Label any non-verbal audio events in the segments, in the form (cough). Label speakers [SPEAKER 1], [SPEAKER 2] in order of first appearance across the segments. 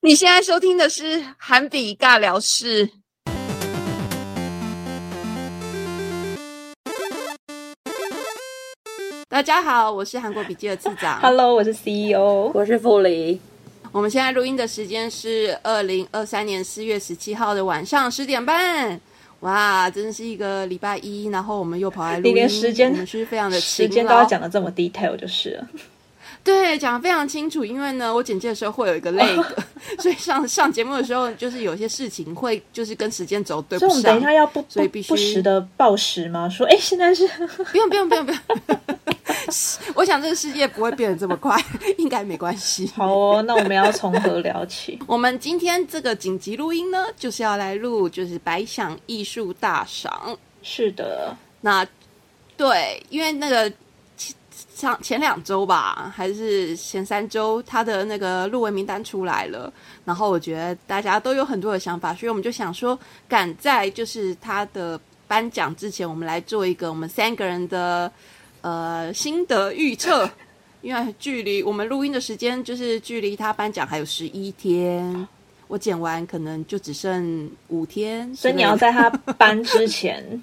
[SPEAKER 1] 你现在收听的是韩比尬聊室。大家好，我是韩国笔记的次长。
[SPEAKER 2] Hello，我是 E CEO。
[SPEAKER 3] 我是傅黎，
[SPEAKER 1] 我们现在录音的时间是二零二三年四月十七号的晚上十点半。哇，真是一个礼拜一，然后我们又跑来录
[SPEAKER 2] 你
[SPEAKER 1] 音，
[SPEAKER 2] 连时间
[SPEAKER 1] 我们是非常的
[SPEAKER 2] 时间都要讲的这么 detail 就是了。
[SPEAKER 1] 对，讲的非常清楚，因为呢，我简介的时候会有一个 lag，所以上上节目的时候，就是有些事情会就是跟时间轴对
[SPEAKER 2] 所
[SPEAKER 1] 不
[SPEAKER 2] 以我们
[SPEAKER 1] 上
[SPEAKER 2] 等一。下要不
[SPEAKER 1] 所以
[SPEAKER 2] 不
[SPEAKER 1] 必须
[SPEAKER 2] 不时的报时吗？说哎，诶现在是。
[SPEAKER 1] 不用不用不用不用，我想这个世界不会变得这么快，应该没关系
[SPEAKER 2] 好哦，那我们要从何聊起？ (laughs)
[SPEAKER 1] 我们今天这个紧急录音呢，就是要来录就是百想艺术大赏。
[SPEAKER 2] 是的，
[SPEAKER 1] 那对，因为那个前上前两周吧，还是前三周，他的那个入围名单出来了，然后我觉得大家都有很多的想法，所以我们就想说，赶在就是他的颁奖之前，我们来做一个我们三个人的呃心得预测。因为距离我们录音的时间，就是距离他颁奖还有十一天，我剪完可能就只剩五天，
[SPEAKER 2] 所以你要在他搬
[SPEAKER 1] (laughs)
[SPEAKER 2] 之前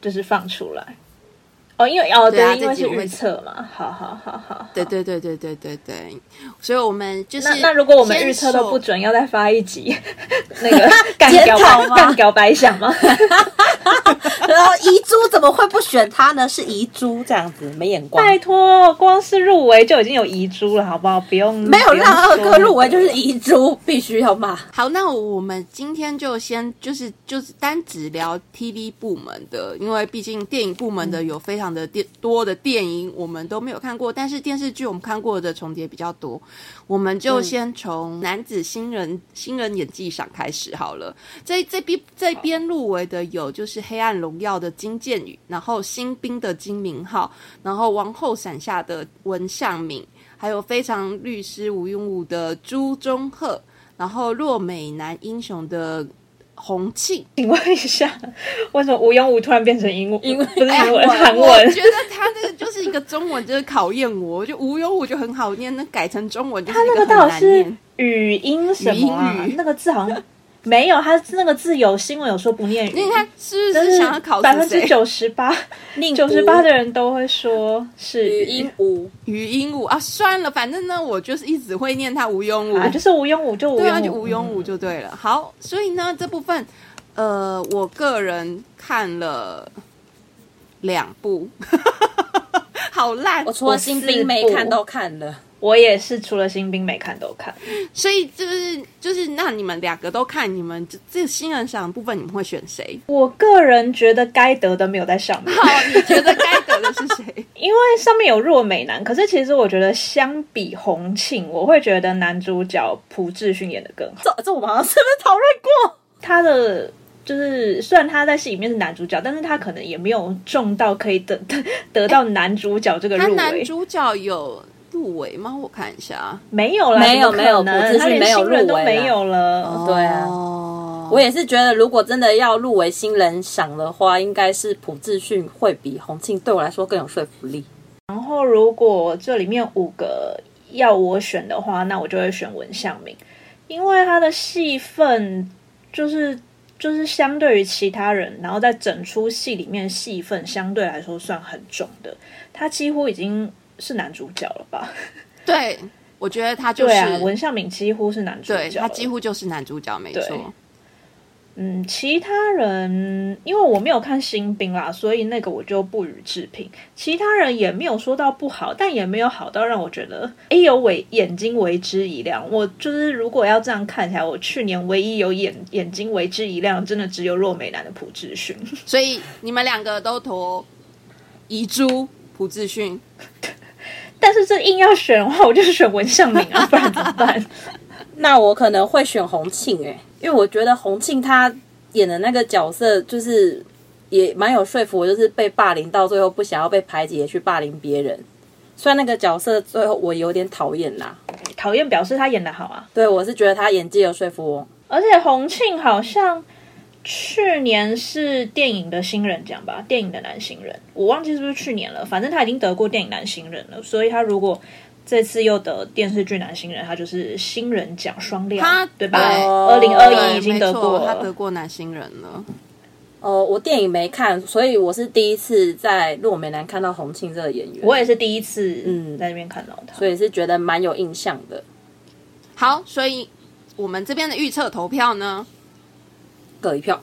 [SPEAKER 2] 就是放出来。哦，因为哦
[SPEAKER 1] 对啊
[SPEAKER 2] 因为
[SPEAKER 1] 这集
[SPEAKER 2] 是
[SPEAKER 1] 我会
[SPEAKER 2] 预测嘛，好好好好。
[SPEAKER 1] 对对对对对对对，所以我们就是
[SPEAKER 2] 那那如果我们预测都不准，要再发一集 (laughs)
[SPEAKER 1] (laughs)
[SPEAKER 2] 那个干掉
[SPEAKER 3] 检讨吗
[SPEAKER 2] 白干掉白想吗？
[SPEAKER 3] 然后遗珠怎么会不选他呢？是遗珠这样子，没眼光。
[SPEAKER 2] 拜托，光是入围就已经有遗珠了，好不好？不用
[SPEAKER 3] 没有让二哥入围，
[SPEAKER 2] 就
[SPEAKER 3] 就是遗珠必须要骂。
[SPEAKER 1] 好，那我们今天就先就是就是单只聊 TV 部门的，因为毕竟电影部门的有非常的电多的电影我们都没有看过，但是电视剧我们看过的重叠比较多，我们就先从男子新人新人演技赏开始好了。这这边这边入围的有就是《黑暗荣耀》的金建宇，然后《新兵》的金明浩，然后《王后伞下》的文相敏，还有《非常律师吴庸武》的朱钟赫。然后若美男英雄的洪庆，
[SPEAKER 2] 请问一下，为什么吴庸武突然变成英文？哎
[SPEAKER 3] 英文
[SPEAKER 2] 不是 (laughs) 韩文，
[SPEAKER 1] 哎我
[SPEAKER 2] 韩
[SPEAKER 1] 我
[SPEAKER 2] 文
[SPEAKER 1] 觉。得他这个就是一个中文，就是考验我。我就无忧我就很好念，那改成中文就是
[SPEAKER 2] 他
[SPEAKER 1] 一
[SPEAKER 2] 那个
[SPEAKER 1] 个很
[SPEAKER 2] 到底
[SPEAKER 1] 难
[SPEAKER 2] 是
[SPEAKER 1] 念。
[SPEAKER 2] 语音什么啊
[SPEAKER 1] 语音语？
[SPEAKER 2] 那个字好像没有，他那个字有新闻有说不念语
[SPEAKER 1] 你。看是不
[SPEAKER 2] 但
[SPEAKER 1] 是
[SPEAKER 2] 是
[SPEAKER 1] 想要考
[SPEAKER 2] 百
[SPEAKER 1] 死
[SPEAKER 2] 分之
[SPEAKER 1] 谁？
[SPEAKER 2] 九十八，
[SPEAKER 3] 宁
[SPEAKER 2] 九十八的人都会说是
[SPEAKER 3] 语音无，
[SPEAKER 1] 语音五啊，算了，反正呢，我就是一直会念他无忧五，
[SPEAKER 2] 啊，就是吴庸武，就吴
[SPEAKER 1] 对啊，
[SPEAKER 2] 庸
[SPEAKER 1] 就
[SPEAKER 2] 武
[SPEAKER 1] 无庸武就对
[SPEAKER 2] 嗯
[SPEAKER 1] 了。好，所以呢这部分，呃，我个人看了两部， (laughs) 好烂
[SPEAKER 3] 我。除了新兵没
[SPEAKER 2] 我四
[SPEAKER 3] 看
[SPEAKER 2] 部
[SPEAKER 3] 都看了。
[SPEAKER 2] 我也是除了新兵没看都看。
[SPEAKER 1] 所以就是就是，那你们两个都看，你们这这新人赏的部分，你们会选谁？
[SPEAKER 2] 我个人觉得该得的没有在上面，
[SPEAKER 1] 好，你觉得该得的是 (laughs) 谁？
[SPEAKER 2] 因为上面有若美男，可是其实我觉得相比洪庆，我会觉得男主角朴智勋演的更好。
[SPEAKER 3] 这这我们好像是不是讨论过？
[SPEAKER 2] 他的就是虽然他在戏里面是男主角，但是他可能也没有中到可以得 (laughs) 得得到男主角这个
[SPEAKER 1] 他
[SPEAKER 2] 入
[SPEAKER 1] 男
[SPEAKER 2] 围，
[SPEAKER 1] 主角有入围吗？我看一下。
[SPEAKER 2] 没有啦，
[SPEAKER 3] 没有
[SPEAKER 2] 怎么可
[SPEAKER 3] 没有朴
[SPEAKER 2] 能
[SPEAKER 3] 智
[SPEAKER 2] 他
[SPEAKER 3] 勋
[SPEAKER 2] 连
[SPEAKER 3] 没有
[SPEAKER 2] 新人都
[SPEAKER 3] 入围啦啊
[SPEAKER 2] 没有了。
[SPEAKER 3] 对啊
[SPEAKER 1] 哦
[SPEAKER 3] 我也是觉得，如果真的要入围新人赏的话，应该是朴智勋会比洪庆对我来说更有说服力。
[SPEAKER 2] 然后如果这里面五个要我选的话，那我就会选文相明，因为他的戏份就是就是相对于其他人，然后在整出戏里面戏份相对来说算很重的，他几乎已经是男主角了吧？
[SPEAKER 1] 对，我觉得他就是
[SPEAKER 2] 对啊，文相明几乎是男主角了，
[SPEAKER 1] 对他几乎就是男主角，没
[SPEAKER 2] 对
[SPEAKER 1] 错。
[SPEAKER 2] 嗯，其他人因为我没有看新兵啦，所以那个我就不予置评。其他人也没有说到不好，但也没有好到让我觉得哎有为眼睛为之一亮。我就是如果要这样看起来，我去年唯一有眼眼睛为之一亮，真的只有若美男的朴智勋。 (laughs)
[SPEAKER 1] 所以你们两个都投遗珠朴智勋。
[SPEAKER 2] 但是这硬要选的话，我就是选文相明啊，不然怎么办？ (laughs)
[SPEAKER 3] 那我可能会选洪庆诶、因为我觉得洪庆他演的那个角色就是也蛮有说服我，就是被霸凌到最后不想要被排挤，也去霸凌别人。虽然那个角色最后我有点讨厌啦，
[SPEAKER 2] 讨厌表示他演的好啊，
[SPEAKER 3] 对我是觉得他演技有说服我。
[SPEAKER 2] 而且洪庆好像去年是电影的新人奖吧，电影的男新人，我忘记是不是去年了。反正他已经得过电影男新人了，所以他如果这次又得电视剧男新人，他就是新人奖双料
[SPEAKER 1] 他，
[SPEAKER 2] 对吧？
[SPEAKER 1] 对
[SPEAKER 3] 呃
[SPEAKER 2] 二零二一
[SPEAKER 1] 对，
[SPEAKER 2] 已经
[SPEAKER 1] 没
[SPEAKER 2] 得
[SPEAKER 1] 错，
[SPEAKER 2] 过
[SPEAKER 1] 他
[SPEAKER 2] 了
[SPEAKER 1] 得，过男新人了。
[SPEAKER 3] 哦，我电影没看，所以我是第一次在《落美男》看到洪庆这个演员，
[SPEAKER 2] 我也是第一次
[SPEAKER 3] 嗯
[SPEAKER 2] 在那边看到他，
[SPEAKER 3] 所以是觉得蛮有印象的。
[SPEAKER 1] 好，所以我们这边的预测投票呢，
[SPEAKER 3] 各一票，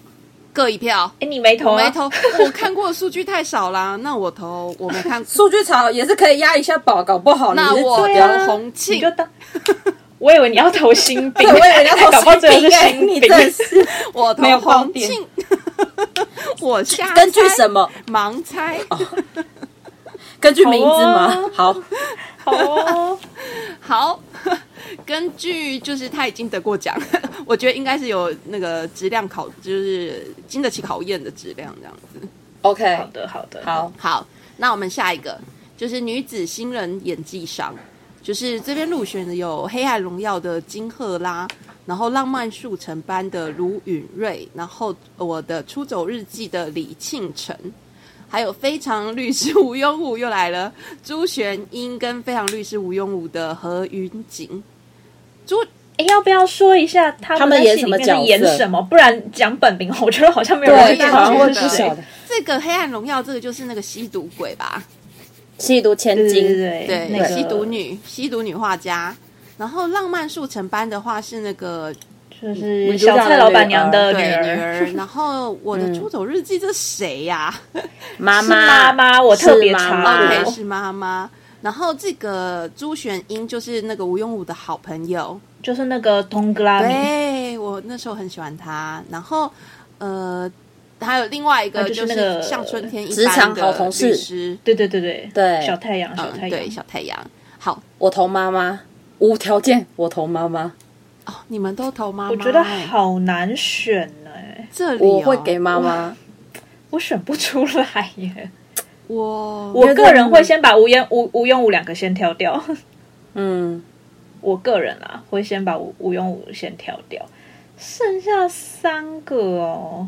[SPEAKER 1] 各一票。
[SPEAKER 2] 哎，你没投
[SPEAKER 1] 我
[SPEAKER 2] 啊
[SPEAKER 1] 没？投，我看过的数据太少啦。那我投，我没
[SPEAKER 3] (laughs)
[SPEAKER 1] 看过。
[SPEAKER 3] 数据槽也是可以压一下宝，搞不好你
[SPEAKER 1] 那
[SPEAKER 3] 是
[SPEAKER 1] 我
[SPEAKER 3] 指
[SPEAKER 2] 对
[SPEAKER 1] 投
[SPEAKER 2] 啊
[SPEAKER 1] 洪
[SPEAKER 2] 你
[SPEAKER 1] 庆
[SPEAKER 2] 就，当， (laughs) 我以为你要投
[SPEAKER 3] (laughs)
[SPEAKER 2] 新兵，
[SPEAKER 3] 对，我以为你要投
[SPEAKER 2] 搞不好最后是
[SPEAKER 3] 新兵哎
[SPEAKER 2] 新
[SPEAKER 3] 你
[SPEAKER 2] 兵，
[SPEAKER 3] 真的是
[SPEAKER 1] 我
[SPEAKER 3] 没
[SPEAKER 1] 投
[SPEAKER 3] 有
[SPEAKER 1] 洪
[SPEAKER 3] 放电
[SPEAKER 1] 庆。我瞎
[SPEAKER 3] 根据
[SPEAKER 1] 猜
[SPEAKER 3] 什么？哦
[SPEAKER 1] 盲猜？
[SPEAKER 3] 根据名字
[SPEAKER 2] 好
[SPEAKER 3] 吗
[SPEAKER 2] 啊？
[SPEAKER 3] 好，
[SPEAKER 2] (laughs) 好哦，
[SPEAKER 1] 好，根据就是他已经得过奖，我觉得应该是有那个质量考，就是经得起考验的质量这样子。
[SPEAKER 2] 好
[SPEAKER 3] OK，
[SPEAKER 2] 的好的，
[SPEAKER 3] 好，
[SPEAKER 1] 好，那我们下一个就是女子新人演技上，就是这边入选的有《黑暗荣耀》的金赫拉，然后《浪漫速成班》的卢允瑞，然后《我的出走日记》的李庆成。还有《非常律师吴庸武》又来了，朱玄英跟《非常律师吴庸武》的何云锦，朱
[SPEAKER 2] 哎，要不要说一下他
[SPEAKER 3] 他
[SPEAKER 2] 们
[SPEAKER 3] 们
[SPEAKER 2] 在
[SPEAKER 3] 演
[SPEAKER 2] 戏
[SPEAKER 3] 什
[SPEAKER 2] 里
[SPEAKER 3] 么
[SPEAKER 2] 面是
[SPEAKER 3] 角
[SPEAKER 2] 演
[SPEAKER 3] 色
[SPEAKER 2] 什么？不然讲本名， (laughs) 我觉得好像没有人
[SPEAKER 3] 对，
[SPEAKER 2] 知
[SPEAKER 1] 对
[SPEAKER 2] 道
[SPEAKER 3] 好像
[SPEAKER 1] 我
[SPEAKER 3] 会
[SPEAKER 2] 是
[SPEAKER 1] 知道
[SPEAKER 3] 不
[SPEAKER 2] 谁
[SPEAKER 3] 晓。得。
[SPEAKER 1] 这个《黑暗荣耀》这个就是那个吸毒鬼吧？
[SPEAKER 3] 吸毒千
[SPEAKER 2] 对对
[SPEAKER 3] 金，
[SPEAKER 2] 对
[SPEAKER 1] 对，
[SPEAKER 2] 那个
[SPEAKER 1] 吸毒女，吸毒女画家。然后浪漫速成班的话是那个
[SPEAKER 2] 就是小蔡老板娘的呃女
[SPEAKER 1] 对
[SPEAKER 2] 儿，嗯
[SPEAKER 1] 女儿，然后我的出走日记这谁呀、
[SPEAKER 3] 妈
[SPEAKER 2] 是妈妈我特别查
[SPEAKER 3] 是妈
[SPEAKER 2] 啊
[SPEAKER 1] o
[SPEAKER 3] 妈
[SPEAKER 1] k 是妈妈。然后这个朱玄英就是那个吴庸武的好朋友，
[SPEAKER 2] 就是那个通格拉米，
[SPEAKER 1] 对我那时候很喜欢他。然后呃，还有另外一个
[SPEAKER 2] 啊就是那
[SPEAKER 1] 是
[SPEAKER 2] 个
[SPEAKER 1] 像春天一
[SPEAKER 3] 职
[SPEAKER 1] 般
[SPEAKER 3] 场好
[SPEAKER 1] 的
[SPEAKER 3] 同
[SPEAKER 1] 律
[SPEAKER 3] 事
[SPEAKER 1] 师，
[SPEAKER 2] 对对对对
[SPEAKER 3] 对
[SPEAKER 2] 小太阳小太
[SPEAKER 1] 嗯，
[SPEAKER 2] 阳
[SPEAKER 1] 对，，小太阳。好
[SPEAKER 3] 我投妈妈，无条件我投妈妈，
[SPEAKER 1] 哦，你们都投妈妈欸，
[SPEAKER 2] 我觉得好难选哎，
[SPEAKER 1] 这里、哦、
[SPEAKER 3] 我会给妈妈。
[SPEAKER 2] 我选不出来耶。
[SPEAKER 1] 我
[SPEAKER 2] 我个人会先把无烟无无用武两个先挑掉，
[SPEAKER 3] 嗯，
[SPEAKER 2] 我个人啊会先把无无用武先挑掉，剩下三个哦，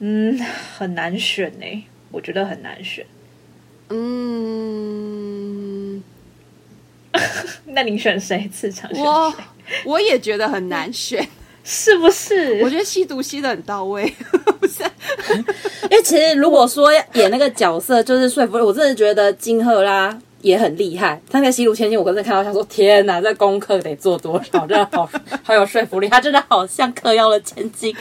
[SPEAKER 2] 嗯，很难选哎，我觉得很难选。
[SPEAKER 1] 嗯，
[SPEAKER 2] 那你选谁？次场选
[SPEAKER 1] 我
[SPEAKER 2] 谁？
[SPEAKER 1] (laughs) 我也觉得很难选。
[SPEAKER 2] 是不是？
[SPEAKER 1] 我觉得吸毒吸的很到位， (laughs) 不是？
[SPEAKER 3] (laughs) 因为其实如果说演那个角色就是说服，我真的觉得金赫拉也很厉害。他那个《西毒千金》，我刚才看到想说，天哪，这功课得做多少，真的好 (laughs) 好有说服力。他真的好像嗑药了千金，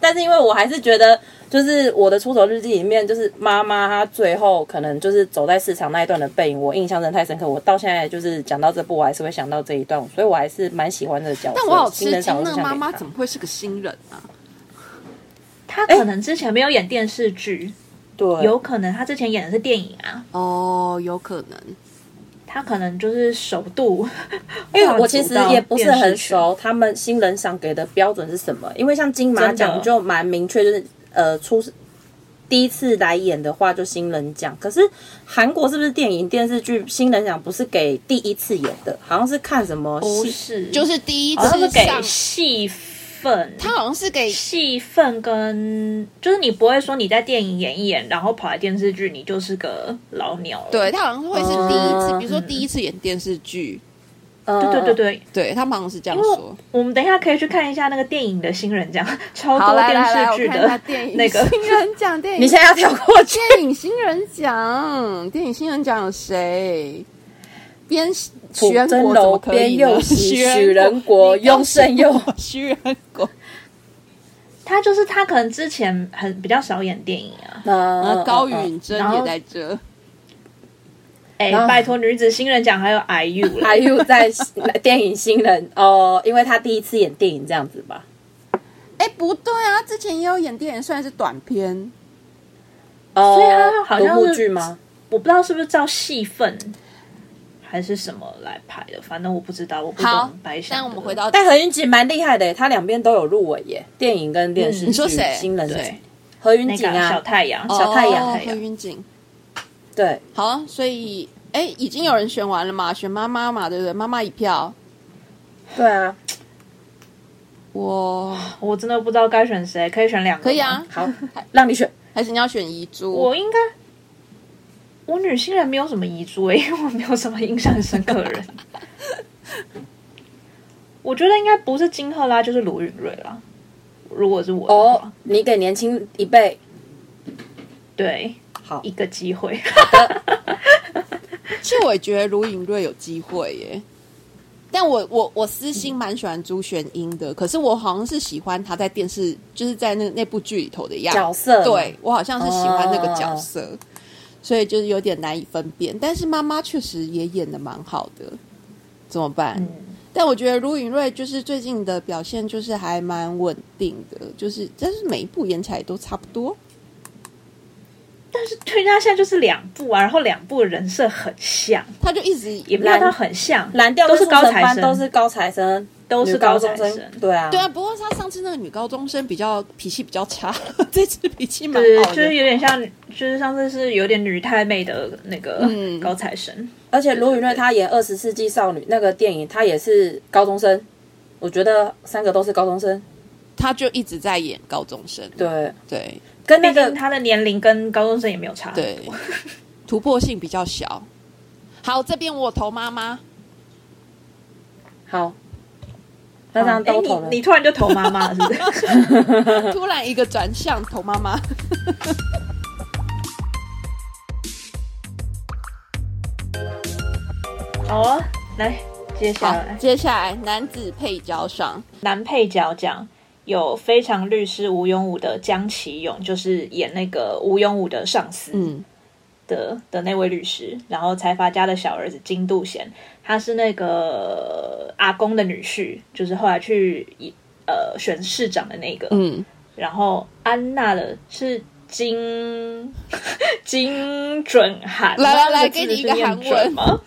[SPEAKER 3] 但是因为我还是觉得。就是我的出走日记里面，就是妈妈她最后可能就是走在市场那一段的背影，我印象真的太深刻。我到现在就是讲到这部，我还是会想到这一段，所以我还是蛮喜欢这个角色。
[SPEAKER 1] 但我好吃
[SPEAKER 3] 新人赏
[SPEAKER 1] 惊，
[SPEAKER 3] 我是
[SPEAKER 1] 那个
[SPEAKER 3] 想
[SPEAKER 1] 妈
[SPEAKER 3] 给
[SPEAKER 1] 妈
[SPEAKER 3] 她
[SPEAKER 1] 怎么会是个新人啊？
[SPEAKER 2] 他可能之前没有演电视剧，
[SPEAKER 3] 对
[SPEAKER 2] 有可能他之前演的是电影啊，
[SPEAKER 1] 哦，有可能。
[SPEAKER 2] 他可能就是首度
[SPEAKER 3] 因
[SPEAKER 2] 跨
[SPEAKER 3] 为
[SPEAKER 2] 足
[SPEAKER 3] 我其实
[SPEAKER 2] 到
[SPEAKER 3] 也不是
[SPEAKER 2] 电视
[SPEAKER 3] 很
[SPEAKER 2] 圈。
[SPEAKER 3] 熟他们新人赏给的标准是什么，因为像金马
[SPEAKER 2] 真
[SPEAKER 3] 奖
[SPEAKER 2] 的
[SPEAKER 3] 就蛮明确，就是呃初第一次来演的话就新人奖，可是韩国是不是电影电视剧新人奖不是给第一次演的，好像是看什么
[SPEAKER 2] 不
[SPEAKER 3] 戏？
[SPEAKER 2] 哦是，
[SPEAKER 1] 是第一
[SPEAKER 2] 好像是给戏份，
[SPEAKER 1] 他好像是给
[SPEAKER 2] 戏份跟就是你不会说你在电影演一演，然后跑来电视剧，你就是个老鸟了。
[SPEAKER 1] 对，他好像会是第一次，
[SPEAKER 3] 嗯
[SPEAKER 1] 比如说第一次演电视剧，
[SPEAKER 3] 嗯
[SPEAKER 2] 对对对对，
[SPEAKER 1] 对他们好像是这样
[SPEAKER 2] 因为
[SPEAKER 1] 说。
[SPEAKER 2] 我们等一下可以去看一下那个电影的新
[SPEAKER 1] (laughs)
[SPEAKER 2] 人奖，超
[SPEAKER 1] 好，
[SPEAKER 2] 多
[SPEAKER 1] 来
[SPEAKER 2] 电
[SPEAKER 1] 来来，
[SPEAKER 2] 视
[SPEAKER 1] 我
[SPEAKER 2] 剧
[SPEAKER 1] 看一下 (laughs)
[SPEAKER 2] 的
[SPEAKER 1] 电影
[SPEAKER 2] 那个
[SPEAKER 1] 新人奖，电
[SPEAKER 3] 你
[SPEAKER 1] 影
[SPEAKER 3] 现在要跳过去，
[SPEAKER 1] (laughs) 电影新人奖， (laughs) 电影新人奖有谁？边许
[SPEAKER 3] 朴
[SPEAKER 1] 渊
[SPEAKER 3] 真
[SPEAKER 1] 国怎
[SPEAKER 3] 柔
[SPEAKER 1] 么可
[SPEAKER 3] 边
[SPEAKER 1] 以呢
[SPEAKER 3] 佑熙、
[SPEAKER 1] 渊
[SPEAKER 3] 许仁
[SPEAKER 1] (laughs)
[SPEAKER 3] 国、
[SPEAKER 1] 你告
[SPEAKER 3] 雍
[SPEAKER 1] 诉我
[SPEAKER 3] 胜佑，
[SPEAKER 1] 许仁
[SPEAKER 3] (laughs)
[SPEAKER 1] 国，
[SPEAKER 2] (laughs) 他就是他可能之前很比较少演电影啊。
[SPEAKER 1] 然后
[SPEAKER 3] 那
[SPEAKER 1] 高允贞
[SPEAKER 2] 然后
[SPEAKER 1] 也在这。
[SPEAKER 2] 哎、
[SPEAKER 1] 啊
[SPEAKER 3] 然后
[SPEAKER 2] 拜托，女子新人奖还有 IU 啦
[SPEAKER 3] 还有在电影新 (laughs) 人哦，因为他第一次演电影这样子吧。
[SPEAKER 1] 哎，不对啊，之前也有演电影，虽然是短片，
[SPEAKER 3] 哦，
[SPEAKER 2] 所以他好像
[SPEAKER 3] 独幕
[SPEAKER 2] 是
[SPEAKER 3] 剧吗？
[SPEAKER 2] 我不知道是不是照戏份还是什么来排的，反正我不知道，我不
[SPEAKER 1] 好
[SPEAKER 2] 懂白，想。
[SPEAKER 1] 但我们回，到
[SPEAKER 3] 但何云锦蛮厉害的，她欸两边都有入围耶，电影跟电视剧。
[SPEAKER 2] 嗯你
[SPEAKER 1] 说谁
[SPEAKER 3] 新人
[SPEAKER 2] 对
[SPEAKER 3] 何云
[SPEAKER 2] 那
[SPEAKER 3] 锦
[SPEAKER 2] 个小
[SPEAKER 3] 啊，
[SPEAKER 2] 太阳，
[SPEAKER 3] 小太阳
[SPEAKER 1] 哦
[SPEAKER 2] 太
[SPEAKER 1] 何
[SPEAKER 2] 阳
[SPEAKER 1] 云锦。
[SPEAKER 3] 对，
[SPEAKER 1] 好啊，所以哎，已经有人选完了嘛？选妈妈嘛，对不对？妈妈一票，
[SPEAKER 3] 对啊，
[SPEAKER 1] 我
[SPEAKER 2] 我真的不知道该选谁，
[SPEAKER 3] 啊
[SPEAKER 2] 可以选两个， (laughs)
[SPEAKER 1] 可以啊，，
[SPEAKER 3] 好，让你选。
[SPEAKER 1] 还是你要选遗珠？
[SPEAKER 2] 我应该。我女星人没有什么遗珠诶、欸 (laughs) 因为我没有什么印象深刻的人。 (laughs) 我觉得应该不是金赫拉，就是卢允瑞啦。如果是我的话，
[SPEAKER 3] 哦，你给年轻一辈
[SPEAKER 2] 对，
[SPEAKER 3] 好
[SPEAKER 2] 一个机会。
[SPEAKER 1] 其实我也觉得卢颖瑞有机会耶，但我我我私心蛮喜欢朱玄英的，可是我好像是喜欢她在电视，就是在那那部剧里头的样子。
[SPEAKER 3] 角色，
[SPEAKER 1] 对我好像是喜欢那
[SPEAKER 2] 哦
[SPEAKER 1] 个角色，所以就是有点难以分辨。但是妈妈确实也演的蛮好的，怎么办？
[SPEAKER 2] 嗯，
[SPEAKER 1] 但我觉得卢允瑞就是最近的表现就是还蛮稳定的，就是但是每一部演起来都差不多。
[SPEAKER 2] 但是推他现在就是两部啊，然后两部的人设很像，
[SPEAKER 1] 他就一直
[SPEAKER 2] 也不要他很像，
[SPEAKER 3] 蓝调
[SPEAKER 2] 都
[SPEAKER 3] 跟
[SPEAKER 2] 是
[SPEAKER 3] 速
[SPEAKER 2] 高
[SPEAKER 3] 成
[SPEAKER 2] 材
[SPEAKER 3] 班
[SPEAKER 2] 生，
[SPEAKER 3] 都是高材生，
[SPEAKER 2] 都是
[SPEAKER 3] 女
[SPEAKER 2] 高
[SPEAKER 3] 高
[SPEAKER 2] 材
[SPEAKER 3] 中
[SPEAKER 2] 生
[SPEAKER 3] 生，，对啊，
[SPEAKER 1] 对
[SPEAKER 2] 嗯
[SPEAKER 1] 啊，不过他上次那个女高中生比较脾气比较差， (laughs) 这次脾气蛮
[SPEAKER 2] 对，
[SPEAKER 1] 好
[SPEAKER 2] 就是
[SPEAKER 1] 的。
[SPEAKER 2] 有点像，就是上次是有点女太妹的那个
[SPEAKER 1] 嗯
[SPEAKER 2] 高材生，
[SPEAKER 3] 而且卢宇瑞她演《二十世纪少女》那个电影，她也是高中生，我觉得三个都是高中生，
[SPEAKER 1] 他就一直在演高中生，
[SPEAKER 3] 对，
[SPEAKER 1] 对
[SPEAKER 3] 跟
[SPEAKER 2] 毕
[SPEAKER 3] 那
[SPEAKER 2] 竟
[SPEAKER 3] 个
[SPEAKER 2] 她的年龄跟高中生也没有差。，
[SPEAKER 1] 对， (laughs) 突破性比较小。好，这边我投妈妈，
[SPEAKER 3] 好，那这样
[SPEAKER 2] 哎，
[SPEAKER 3] 都
[SPEAKER 2] 你
[SPEAKER 3] 投了，
[SPEAKER 2] 你突然就投妈妈了，
[SPEAKER 1] (laughs)
[SPEAKER 2] 是不是？嗯
[SPEAKER 1] 突然一个转向投妈妈。
[SPEAKER 2] 好啊，来，接下
[SPEAKER 1] 好
[SPEAKER 2] 来，
[SPEAKER 1] 接下来男子配角赏，
[SPEAKER 2] 男配角奖有《非常律师吴庸武》的江启勇，就是演那个吴庸武的上司。
[SPEAKER 1] 嗯，
[SPEAKER 2] 的的那位律师，然后财阀家的小儿子金度贤，他是那个呃阿公的女婿，就是后来去呃选市长的那个。
[SPEAKER 1] 嗯，
[SPEAKER 2] 然后安娜的是金金准韩，
[SPEAKER 1] 来来来
[SPEAKER 2] 那个字
[SPEAKER 1] 给你一个
[SPEAKER 2] 是念
[SPEAKER 1] 韩文
[SPEAKER 2] 准吗？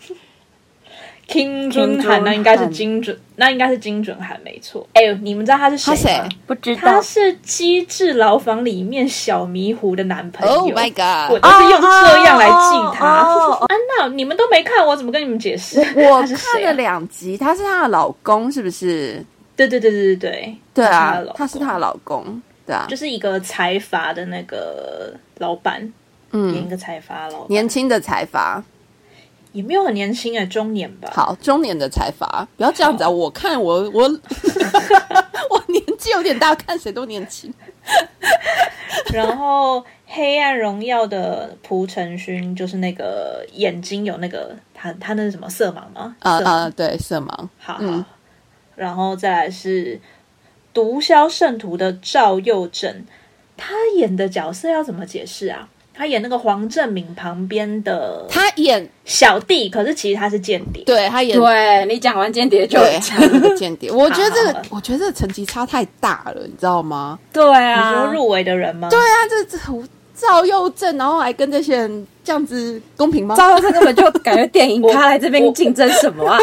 [SPEAKER 2] 金准韩，那应该是金准，那应该是金准韩没错。哎呦，你们知道他是
[SPEAKER 1] 他
[SPEAKER 2] 谁吗？
[SPEAKER 1] 谁
[SPEAKER 3] 不知
[SPEAKER 2] 他是《机智牢房》里面小迷糊的男朋友。
[SPEAKER 1] ，Oh my
[SPEAKER 2] 哎我
[SPEAKER 1] god，
[SPEAKER 2] 就是用这样来记他。
[SPEAKER 3] 哦哦哦
[SPEAKER 2] 安娜，你们都没看，我怎么跟你们解释？
[SPEAKER 1] 我
[SPEAKER 2] 他是
[SPEAKER 1] 看
[SPEAKER 2] 谁
[SPEAKER 1] 了
[SPEAKER 2] 啊？
[SPEAKER 1] 两集，他是她的老公是不是？
[SPEAKER 2] 对对对对对对，
[SPEAKER 1] 对啊
[SPEAKER 2] 她的老，公
[SPEAKER 1] 他是她的老公，对啊
[SPEAKER 2] 就，是一个财阀的那个老板，演一
[SPEAKER 1] 嗯，
[SPEAKER 2] 个财阀老板，
[SPEAKER 1] 年轻的财阀，
[SPEAKER 2] 也没有很年轻哎，中年吧。
[SPEAKER 1] 好，中年的财阀，不要这样子啊！我看我我我年纪有点大，看谁都年轻。
[SPEAKER 2] (laughs) 然后《黑暗荣耀》的蒲承勋就是那个眼睛有那个他他那是什么色盲吗？
[SPEAKER 1] 啊
[SPEAKER 2] 色盲
[SPEAKER 1] 啊，对，色盲，
[SPEAKER 2] 好，
[SPEAKER 1] 嗯
[SPEAKER 2] 好然后再来是《毒枭圣徒》的赵又正，他演的角色要怎么解释啊？他演那个黄正明旁边的
[SPEAKER 1] 他演
[SPEAKER 2] 小弟，可是其实他是间谍。
[SPEAKER 1] 对他演
[SPEAKER 3] 对你讲完间谍就
[SPEAKER 1] 对他演那个间谍，我觉得这
[SPEAKER 2] 好
[SPEAKER 1] 个我觉得这个成绩差太大了，你知道吗？
[SPEAKER 3] 对
[SPEAKER 2] 你说
[SPEAKER 3] 啊，
[SPEAKER 2] 入围的人吗？
[SPEAKER 1] 对啊，这这赵又正，然后还跟这些人这样子公平吗？
[SPEAKER 3] 赵又廷根本就感觉
[SPEAKER 1] (laughs)
[SPEAKER 3] 电影
[SPEAKER 2] 我
[SPEAKER 3] 他来这
[SPEAKER 2] 我
[SPEAKER 3] 边竞争什么啊？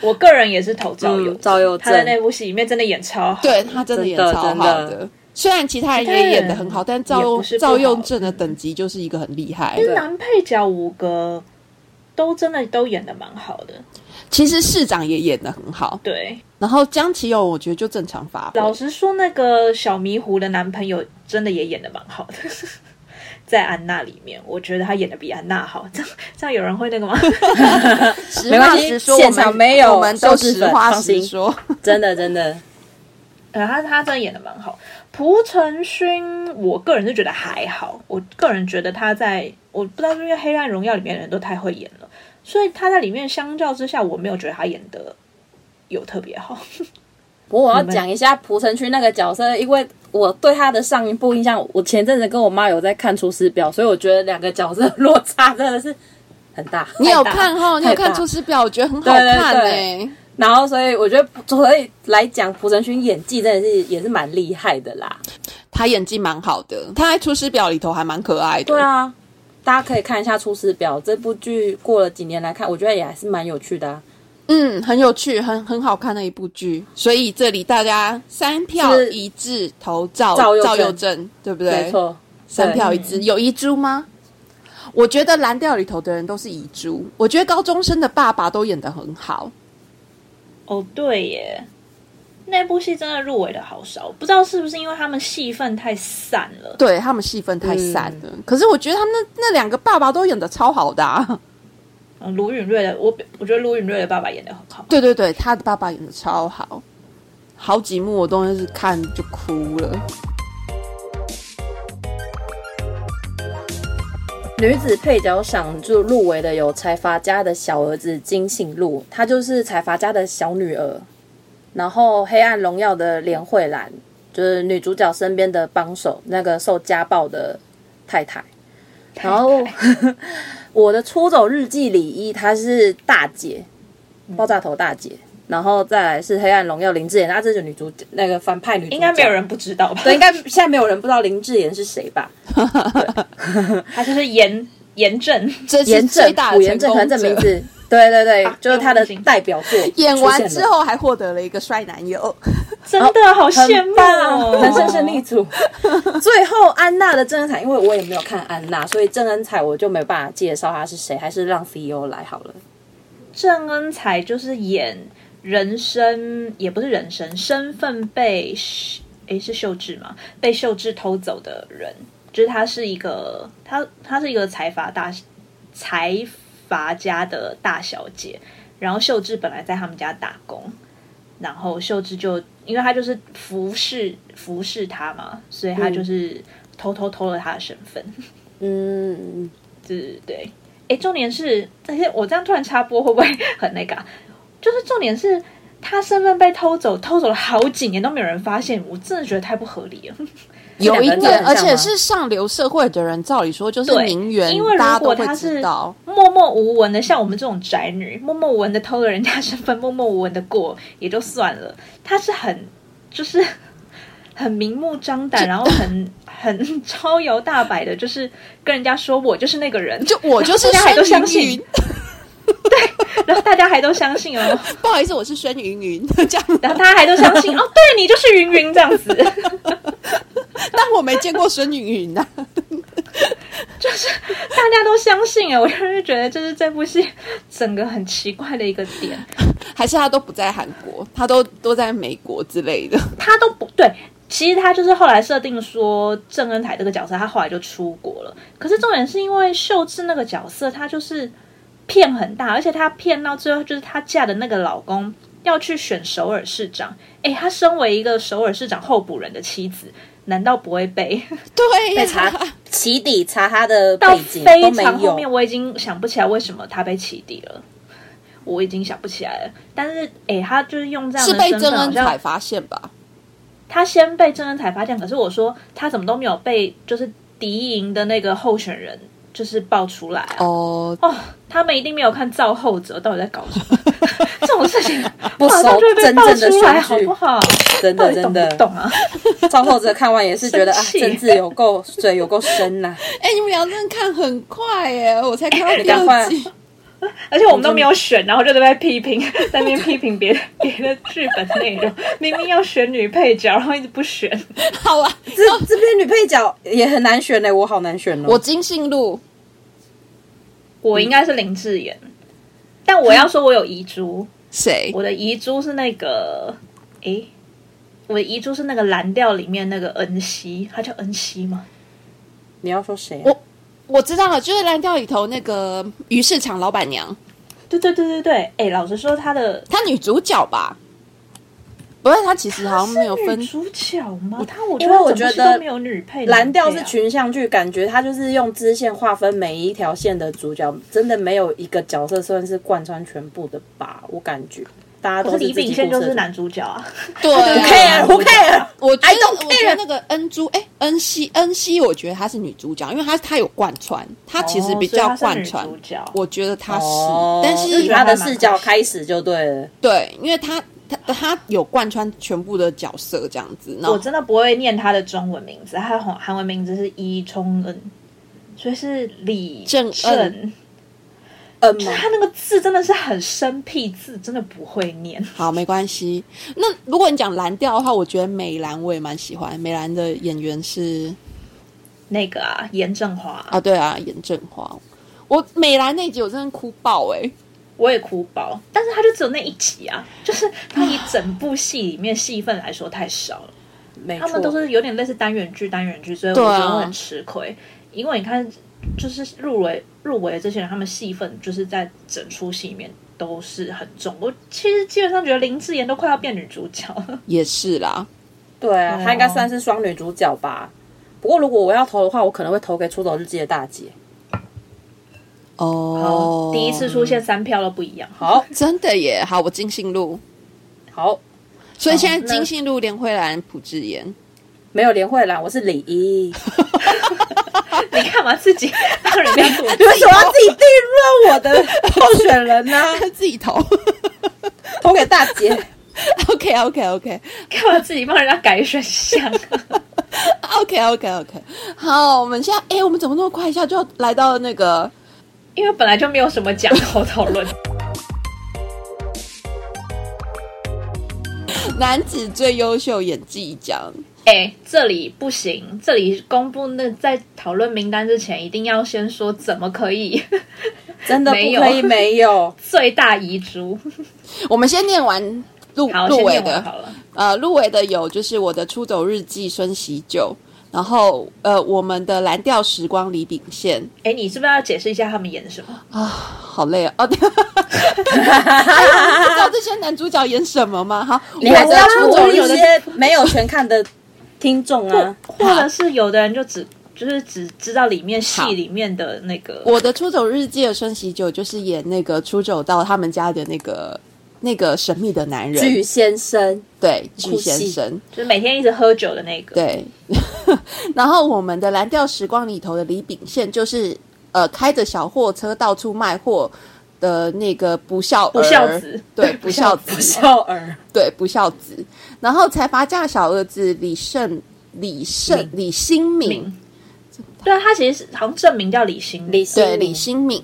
[SPEAKER 2] 我个人也是投
[SPEAKER 3] (laughs)
[SPEAKER 2] 赵又
[SPEAKER 3] 嗯，赵又
[SPEAKER 2] 他在
[SPEAKER 3] 正
[SPEAKER 2] 那部戏里面真的演超好。
[SPEAKER 1] 对他真的演
[SPEAKER 3] 真的
[SPEAKER 1] 超好
[SPEAKER 3] 真
[SPEAKER 1] 的。虽然其他人也演的很好，
[SPEAKER 2] 其他
[SPEAKER 1] 但
[SPEAKER 2] 人
[SPEAKER 1] 赵
[SPEAKER 2] 也不是不好啊
[SPEAKER 1] 赵又正的等级就是一个很厉害
[SPEAKER 2] 其。实
[SPEAKER 3] 对
[SPEAKER 2] 男配角五个都真的都演的蛮好的。
[SPEAKER 1] 其实市长也演的很好，
[SPEAKER 2] 对，
[SPEAKER 1] 然后江启勇我觉得就正常发挥。
[SPEAKER 2] 老实说，那个小迷糊的男朋友真的也演的蛮好的， (laughs) 在安娜里面，我觉得他演的比安娜好。这样这样有人会那个吗？
[SPEAKER 1] 实
[SPEAKER 3] 没
[SPEAKER 1] 话
[SPEAKER 3] 关系
[SPEAKER 1] 实说，
[SPEAKER 3] 现
[SPEAKER 1] 我们
[SPEAKER 3] 场没有
[SPEAKER 1] 我们都
[SPEAKER 3] 收视
[SPEAKER 1] 实
[SPEAKER 3] 粉
[SPEAKER 1] 话
[SPEAKER 3] 放
[SPEAKER 1] 实
[SPEAKER 3] 心
[SPEAKER 1] 说。
[SPEAKER 3] 真的真的，
[SPEAKER 2] 呃，他他真的演的蛮好。蒲承勋，我个人是觉得还好，我个人觉得他在我不知道是不是因为《黑暗荣耀》里面的人都太会演了，所以他在里面相较之下，我没有觉得他演的有特别好。 (laughs)
[SPEAKER 3] 不过我要
[SPEAKER 2] 你们
[SPEAKER 3] 讲一下蒲城区那个角色，因为我对他的上一部印象，我前阵子跟我妈有在看《出师表》，所以我觉得两个角色落差真的是很大。
[SPEAKER 1] (laughs) 你有
[SPEAKER 3] 太大
[SPEAKER 1] 看哈？你有
[SPEAKER 3] 太大
[SPEAKER 1] 看《出师表》？我觉得很好看欸
[SPEAKER 3] 对
[SPEAKER 1] 呢、
[SPEAKER 3] 对然后所以我觉得，所以来讲蒲承勋演技真的是也是蛮厉害的啦。
[SPEAKER 1] 他演技蛮好的，他在《出师表》里头还蛮可爱的。
[SPEAKER 3] 对啊，大家可以看一下《出师表》这部剧，过了几年来看，我觉得也还是蛮有趣的、啊。
[SPEAKER 1] 嗯，很有趣，很很好看的一部剧。所以这里大家三票
[SPEAKER 3] 是
[SPEAKER 1] 一致投赵
[SPEAKER 3] 赵又
[SPEAKER 1] 赵又
[SPEAKER 3] 正
[SPEAKER 1] 正，对不对？
[SPEAKER 3] 没错，
[SPEAKER 1] 三
[SPEAKER 3] 对
[SPEAKER 1] 票一致，有遗珠吗？我觉得蓝调里头的人都是遗珠。我觉得高中生的爸爸都演得很好，
[SPEAKER 2] 哦，对耶，那部戏真的入围的好少，不知道是不是因为他们戏份太散了。
[SPEAKER 1] 对他们戏份太散了。可是我觉得他们那那两个爸爸都演的超好的、啊，
[SPEAKER 2] 嗯，卢允瑞的我我觉得卢允瑞的爸爸演的很好，
[SPEAKER 1] 对对对，他的爸爸演的超好，好几幕我都是看就哭了。
[SPEAKER 3] 女子配角赏就入围的有财阀家的小儿子金信禄，她就是财阀家的小女儿。然后《黑暗荣耀》的连慧兰，就是女主角身边的帮手，那个受家暴的太太。然后 (laughs) 我的《出走日记》里一，她是大姐，爆炸头大姐。然后再来是《黑暗荣耀》林志妍，她这是女主角那个反派女主角。
[SPEAKER 2] (laughs) 应该没有人不知道吧？
[SPEAKER 3] 对，应该现在没有人不知道林志妍是谁吧？
[SPEAKER 2] 他就是严严正，
[SPEAKER 1] 这是
[SPEAKER 3] 严
[SPEAKER 1] 最
[SPEAKER 3] 正
[SPEAKER 1] 大，
[SPEAKER 3] 古
[SPEAKER 1] 的
[SPEAKER 3] 严
[SPEAKER 1] 成
[SPEAKER 3] 正，
[SPEAKER 1] 功
[SPEAKER 3] 可能
[SPEAKER 1] 者。
[SPEAKER 3] 这名字，对对对，
[SPEAKER 2] 啊
[SPEAKER 3] 就是他的
[SPEAKER 2] 用心
[SPEAKER 3] 代表作。
[SPEAKER 1] 演完
[SPEAKER 3] 出现
[SPEAKER 1] 之
[SPEAKER 3] 了
[SPEAKER 1] 后还获得了一个帅男友，
[SPEAKER 2] 真的好羡慕哦，(laughs)
[SPEAKER 3] 人生胜利组。最后安娜的郑恩彩，因为我也没有看安娜，所以郑恩彩我就没办法介绍她是谁，还是让 CEO 来好了。
[SPEAKER 2] 郑恩才就是演人生，也不是人生，身份被诶是秀智吗？被秀智偷走的人，就是他是一个他他是一个财阀大财阀家的大小姐，然后秀智本来在他们家打工，然后秀智就因为他就是服侍服侍他嘛，所以他就是偷偷偷了他的身份。
[SPEAKER 3] 嗯，
[SPEAKER 2] 对对。哎，重点是这些，我这样突然插播会不会很那个啊、 (laughs) 就是重点是他身份被偷走，偷走了好几年都没有人发现，我真的觉得太不合理了。 (laughs)
[SPEAKER 1] 有一
[SPEAKER 3] 两个人
[SPEAKER 1] 点，
[SPEAKER 3] 长
[SPEAKER 1] 而
[SPEAKER 3] 得很像吗
[SPEAKER 1] 且是上流社会的人，照理说就是
[SPEAKER 2] 对
[SPEAKER 1] 名媛
[SPEAKER 2] 因为，如
[SPEAKER 1] 大家都
[SPEAKER 2] 果
[SPEAKER 1] 会
[SPEAKER 2] 他
[SPEAKER 1] 知
[SPEAKER 2] 是
[SPEAKER 1] 道。
[SPEAKER 2] 默默无闻的，像我们这种宅女，默默无闻的偷了人家身份，默默无闻的过也就算了，他是很就是 (laughs) 很明目张胆，然后很 (laughs) 很招摇大摆的，就是跟人家说我就是那个人， (laughs)
[SPEAKER 1] 就我就是
[SPEAKER 2] 大家还
[SPEAKER 1] 孙
[SPEAKER 2] 都相
[SPEAKER 1] 云云
[SPEAKER 2] 信，然后大家还都相信哦。
[SPEAKER 1] 不好意思，我是孙云云， (laughs) 这样。
[SPEAKER 2] 然后大家还都相信哦，对你就是云云这样子，
[SPEAKER 1] 但我没见过孙云云啊呐、
[SPEAKER 2] 大家都相信啊， (laughs) 我就是觉得这是这部戏整个很奇怪的一个点，
[SPEAKER 1] (laughs) 还是他都不在韩国，他都都在美国之类的。
[SPEAKER 2] 他都不对。其实他就是后来设定说郑恩台这个角色，他后来就出国了。可是重点是因为秀智那个角色，他就是骗很大，而且他骗到最后就是她嫁的那个老公要去选首尔市长。诶，她身为一个首尔市长候补人的妻子，难道不会被？
[SPEAKER 1] 对
[SPEAKER 3] 被
[SPEAKER 1] 呀、
[SPEAKER 3] 查起底查她的
[SPEAKER 2] 啊到
[SPEAKER 3] 背景
[SPEAKER 2] 非
[SPEAKER 3] 都没
[SPEAKER 2] 常后面，
[SPEAKER 3] 有，
[SPEAKER 2] 我已经想不起来为什么他被起底了，我已经想不起来了。但是，诶，他就是用这样
[SPEAKER 1] 是
[SPEAKER 2] 的
[SPEAKER 1] 被
[SPEAKER 2] 身
[SPEAKER 1] 郑
[SPEAKER 2] 份，好
[SPEAKER 1] 恩
[SPEAKER 2] 像
[SPEAKER 1] 彩发现吧？
[SPEAKER 2] 他先被真恩才发现。可是我说他怎么都没有被就是敌营的那个候选人就是爆出来啊！
[SPEAKER 1] 哦，
[SPEAKER 2] 哦，他们一定没有看造后者到底在搞什
[SPEAKER 3] (laughs)
[SPEAKER 2] 么，这种事情
[SPEAKER 3] 不
[SPEAKER 2] 马上
[SPEAKER 3] 熟
[SPEAKER 2] 就会被
[SPEAKER 3] 真
[SPEAKER 2] 爆
[SPEAKER 3] 正的
[SPEAKER 2] 出来，好
[SPEAKER 3] 选
[SPEAKER 2] 不
[SPEAKER 3] 举，
[SPEAKER 2] 好？
[SPEAKER 3] 真
[SPEAKER 2] 到
[SPEAKER 3] 的
[SPEAKER 2] 底懂
[SPEAKER 3] 真
[SPEAKER 2] 不
[SPEAKER 3] 的。
[SPEAKER 2] 懂啊？
[SPEAKER 3] 赵后者看完也是觉得啊
[SPEAKER 2] 生，气
[SPEAKER 3] 政治有够水有够深
[SPEAKER 2] (laughs)
[SPEAKER 3] 呐、
[SPEAKER 1] 哎、你们俩真的看很快耶，我才看 (laughs) 到第
[SPEAKER 3] 赶快
[SPEAKER 1] 二集。
[SPEAKER 2] 而且我们都没有选，然后就在那边批评，在那边批评别的别的剧本内容，明明要选女配角，然后一直不选。
[SPEAKER 1] 好啊，
[SPEAKER 3] 这这边女配角也很难选呢、我好难选哦。
[SPEAKER 1] 我金信路
[SPEAKER 2] 我
[SPEAKER 3] 嗯
[SPEAKER 2] 应该是林志妍，但我要说我有遗珠，
[SPEAKER 1] 谁？
[SPEAKER 2] 我的遗珠是那个，诶，我的遗珠是那个蓝调里面那个恩熙，她叫恩熙吗？
[SPEAKER 3] 你要说谁啊、
[SPEAKER 1] 我我知道了，就是蓝调里头那个鱼市场老板娘，
[SPEAKER 2] 对对对对对，诶，老实说，她的
[SPEAKER 1] 她女主角吧？不是，她其实好像没有
[SPEAKER 2] 是
[SPEAKER 1] 分
[SPEAKER 2] 女主角吗？她我
[SPEAKER 3] 因为我
[SPEAKER 2] 觉她整部
[SPEAKER 3] 觉
[SPEAKER 2] 戏
[SPEAKER 3] 得
[SPEAKER 2] 都没有女配，
[SPEAKER 3] 蓝调
[SPEAKER 2] 男
[SPEAKER 3] 是
[SPEAKER 2] 配啊
[SPEAKER 3] 群像剧，感觉它就是用支线划分每一条线的主角，真的没有一个角色算是贯穿全部的吧？我感觉大家
[SPEAKER 2] 可
[SPEAKER 3] 都
[SPEAKER 2] 是
[SPEAKER 3] 是
[SPEAKER 2] 李
[SPEAKER 3] 自己
[SPEAKER 2] 秉宪就
[SPEAKER 3] 故
[SPEAKER 2] 是
[SPEAKER 3] 事的
[SPEAKER 2] 男主角啊，
[SPEAKER 1] 对啊
[SPEAKER 3] Who care? Who care?
[SPEAKER 1] 我觉
[SPEAKER 3] I
[SPEAKER 1] 得
[SPEAKER 3] don't，care
[SPEAKER 1] 我觉得那个恩珠，哎、恩熙，恩熙，我觉得她是女主角，因为她她有贯穿，她其实比较
[SPEAKER 2] 哦所以她是
[SPEAKER 1] 贯
[SPEAKER 2] 女
[SPEAKER 1] 穿。
[SPEAKER 2] 主角
[SPEAKER 1] 我觉得她是，
[SPEAKER 3] 哦
[SPEAKER 1] 但
[SPEAKER 3] 以
[SPEAKER 1] 是
[SPEAKER 3] 他的视角开始就对了。
[SPEAKER 1] 对，因为她她她有贯穿全部的角色这样子，然
[SPEAKER 2] 我
[SPEAKER 1] 后
[SPEAKER 2] 真的不会念他的中文名字，他的韩韩文名字是伊冲恩，所以是李
[SPEAKER 1] 正恩
[SPEAKER 2] 恩。
[SPEAKER 3] 嗯
[SPEAKER 2] 就是他那个字真的是很生僻字，真的不会念。
[SPEAKER 1] 好没关系。那如果你讲蓝调的话，我觉得美兰我也蛮喜欢，美兰的演员是
[SPEAKER 2] 那个
[SPEAKER 1] 哦
[SPEAKER 2] 啊，严正华，
[SPEAKER 1] 啊，对啊，严正华。我美兰那集我真的哭爆哎、
[SPEAKER 2] 我也哭爆。但是他就只有那一集啊，就是他以整部戏里面戏份来说太少了，
[SPEAKER 3] 没
[SPEAKER 2] 他
[SPEAKER 3] 错，
[SPEAKER 2] 们都是有点类似单元剧，单元剧，所以我
[SPEAKER 1] 对
[SPEAKER 2] 觉
[SPEAKER 1] 啊
[SPEAKER 2] 得我很吃亏。因为你看，就是入围入围的这些人，他们戏份就是在整出戏里面都是很重。我其实基本上觉得林志妍都快要变女主角了。
[SPEAKER 1] 也是啦。
[SPEAKER 3] 对啊，
[SPEAKER 2] 对啊
[SPEAKER 3] 她应该算是双女主角吧。不过如果我要投的话，我可能会投给《出走日记》的大姐。
[SPEAKER 1] 哦，
[SPEAKER 2] 第一次出现三票都不一样。 (laughs)
[SPEAKER 3] (laughs) 好，
[SPEAKER 1] 真的耶！好，我金信路，
[SPEAKER 3] 好，
[SPEAKER 1] 所以现在
[SPEAKER 2] 那
[SPEAKER 1] 金信路、连慧兰、朴智
[SPEAKER 2] (laughs)
[SPEAKER 1] 妍，
[SPEAKER 3] 没有连慧兰，我是李一。
[SPEAKER 2] 你干嘛自己让人家吐
[SPEAKER 3] (laughs) 你为什么要自己定论我的候选人呢、
[SPEAKER 1] 自己 (laughs) 投。
[SPEAKER 3] (laughs) 投给大姐。
[SPEAKER 1] OK OK OK
[SPEAKER 2] 干嘛自己帮人家改选项？
[SPEAKER 1] OK OK OK，好，我们现在哎、我们怎么那么快一下就要来到那个
[SPEAKER 2] 因为本来就没有什么奖好讨论。
[SPEAKER 1] 男子最优秀演技奖？
[SPEAKER 2] 哎、这里不行，这里公布那在讨论名单之前，一定要先说怎么可以
[SPEAKER 3] 真的不
[SPEAKER 2] 没有
[SPEAKER 3] 可以没
[SPEAKER 1] (laughs)
[SPEAKER 3] 有。
[SPEAKER 2] 最大遗珠。
[SPEAKER 1] 我们先念完入
[SPEAKER 2] 好，
[SPEAKER 1] 入
[SPEAKER 2] 先
[SPEAKER 1] 围
[SPEAKER 2] 念完
[SPEAKER 1] 的，
[SPEAKER 2] 好了。
[SPEAKER 1] 呃，入围的有就是我的《出走日记》孙喜九，然后呃，我们的《蓝调时光》李秉宪
[SPEAKER 2] 哎、你是不是要解释一下他们演什么？
[SPEAKER 1] 啊， (laughs) 好累哦。哦对哎你不知道这些男主角演什么吗？好，
[SPEAKER 3] 你还是要
[SPEAKER 2] 我啊
[SPEAKER 3] 出走
[SPEAKER 2] 我有
[SPEAKER 3] 一
[SPEAKER 2] 的
[SPEAKER 3] 些没有全看的听众啊。
[SPEAKER 2] 或者是有的人就只就是只知道里面戏里面的那个
[SPEAKER 1] 我的《出走日记》的孙喜九就是演那个出走到他们家的那个那个神秘的男人，
[SPEAKER 3] 巨先生，
[SPEAKER 1] 对，巨
[SPEAKER 3] 哭
[SPEAKER 1] 先
[SPEAKER 3] 戏
[SPEAKER 1] 生，
[SPEAKER 2] 就是每天一直喝酒的那个。
[SPEAKER 1] 对。 (laughs) 然后我们的《蓝调时光》里头的李秉宪就是呃开着小货车到处卖货的那个不孝
[SPEAKER 2] 不
[SPEAKER 1] 儿
[SPEAKER 2] 孝子，
[SPEAKER 1] 对不孝
[SPEAKER 3] (laughs) 不
[SPEAKER 1] 子，
[SPEAKER 3] 孝儿，
[SPEAKER 1] 对不孝子。然后财阀家的小儿子李胜李胜李新敏，
[SPEAKER 2] 明，对啊，他其实是好像证明叫李行李，
[SPEAKER 3] 李欣
[SPEAKER 1] 对李新敏，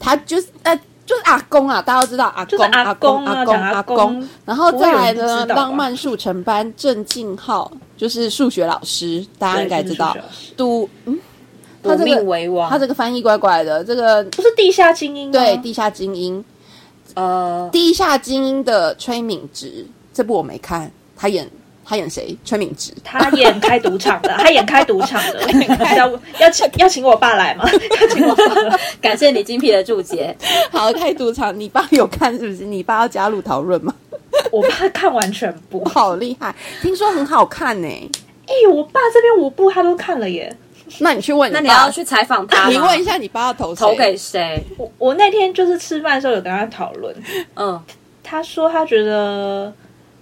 [SPEAKER 1] 他就是呃。就是阿公啊，大家都知道阿
[SPEAKER 2] 就
[SPEAKER 1] 公、
[SPEAKER 2] 是阿
[SPEAKER 1] 阿公、
[SPEAKER 2] 公啊
[SPEAKER 1] 阿
[SPEAKER 2] 讲阿
[SPEAKER 1] 阿
[SPEAKER 2] 公
[SPEAKER 1] 公。然后再来
[SPEAKER 2] 不会有人
[SPEAKER 1] 呢
[SPEAKER 2] 不知，道吧
[SPEAKER 1] 浪漫速成班郑敬浩就是数学老师，大家应该知道
[SPEAKER 2] 对。就是数学老师
[SPEAKER 1] 赌嗯，他
[SPEAKER 3] 夺
[SPEAKER 1] 这
[SPEAKER 3] 命
[SPEAKER 1] 个
[SPEAKER 3] 为王。
[SPEAKER 1] 他这个翻译怪怪的，这个
[SPEAKER 2] 不是地下精英吗？
[SPEAKER 1] 对地下精英，
[SPEAKER 3] 呃，
[SPEAKER 1] 地下精英的崔敏植这部我没看，他演他演谁？崔敏植。
[SPEAKER 2] 他演开赌
[SPEAKER 1] (laughs)
[SPEAKER 2] 场的，他演开赌场的，要要请要请我
[SPEAKER 1] (laughs)
[SPEAKER 2] 爸来吗？要请我爸来，
[SPEAKER 3] (laughs) 感谢你精辟的注 (laughs) 解。
[SPEAKER 1] 好，开赌场，你爸有看是不是？你爸要加入讨论吗？ (laughs)
[SPEAKER 2] 我爸看完全部。
[SPEAKER 1] 好厉害，听说很好看呢、
[SPEAKER 2] 哎、我爸这边五部他都看了耶。
[SPEAKER 1] 那你去问你
[SPEAKER 3] 那
[SPEAKER 1] 爸，
[SPEAKER 3] 你要去采访他吗，
[SPEAKER 1] 你问一下你爸要投谁
[SPEAKER 3] 投给谁？
[SPEAKER 2] 我我那天就是吃饭的时候有跟他讨论，
[SPEAKER 3] 嗯，
[SPEAKER 2] 他说他觉得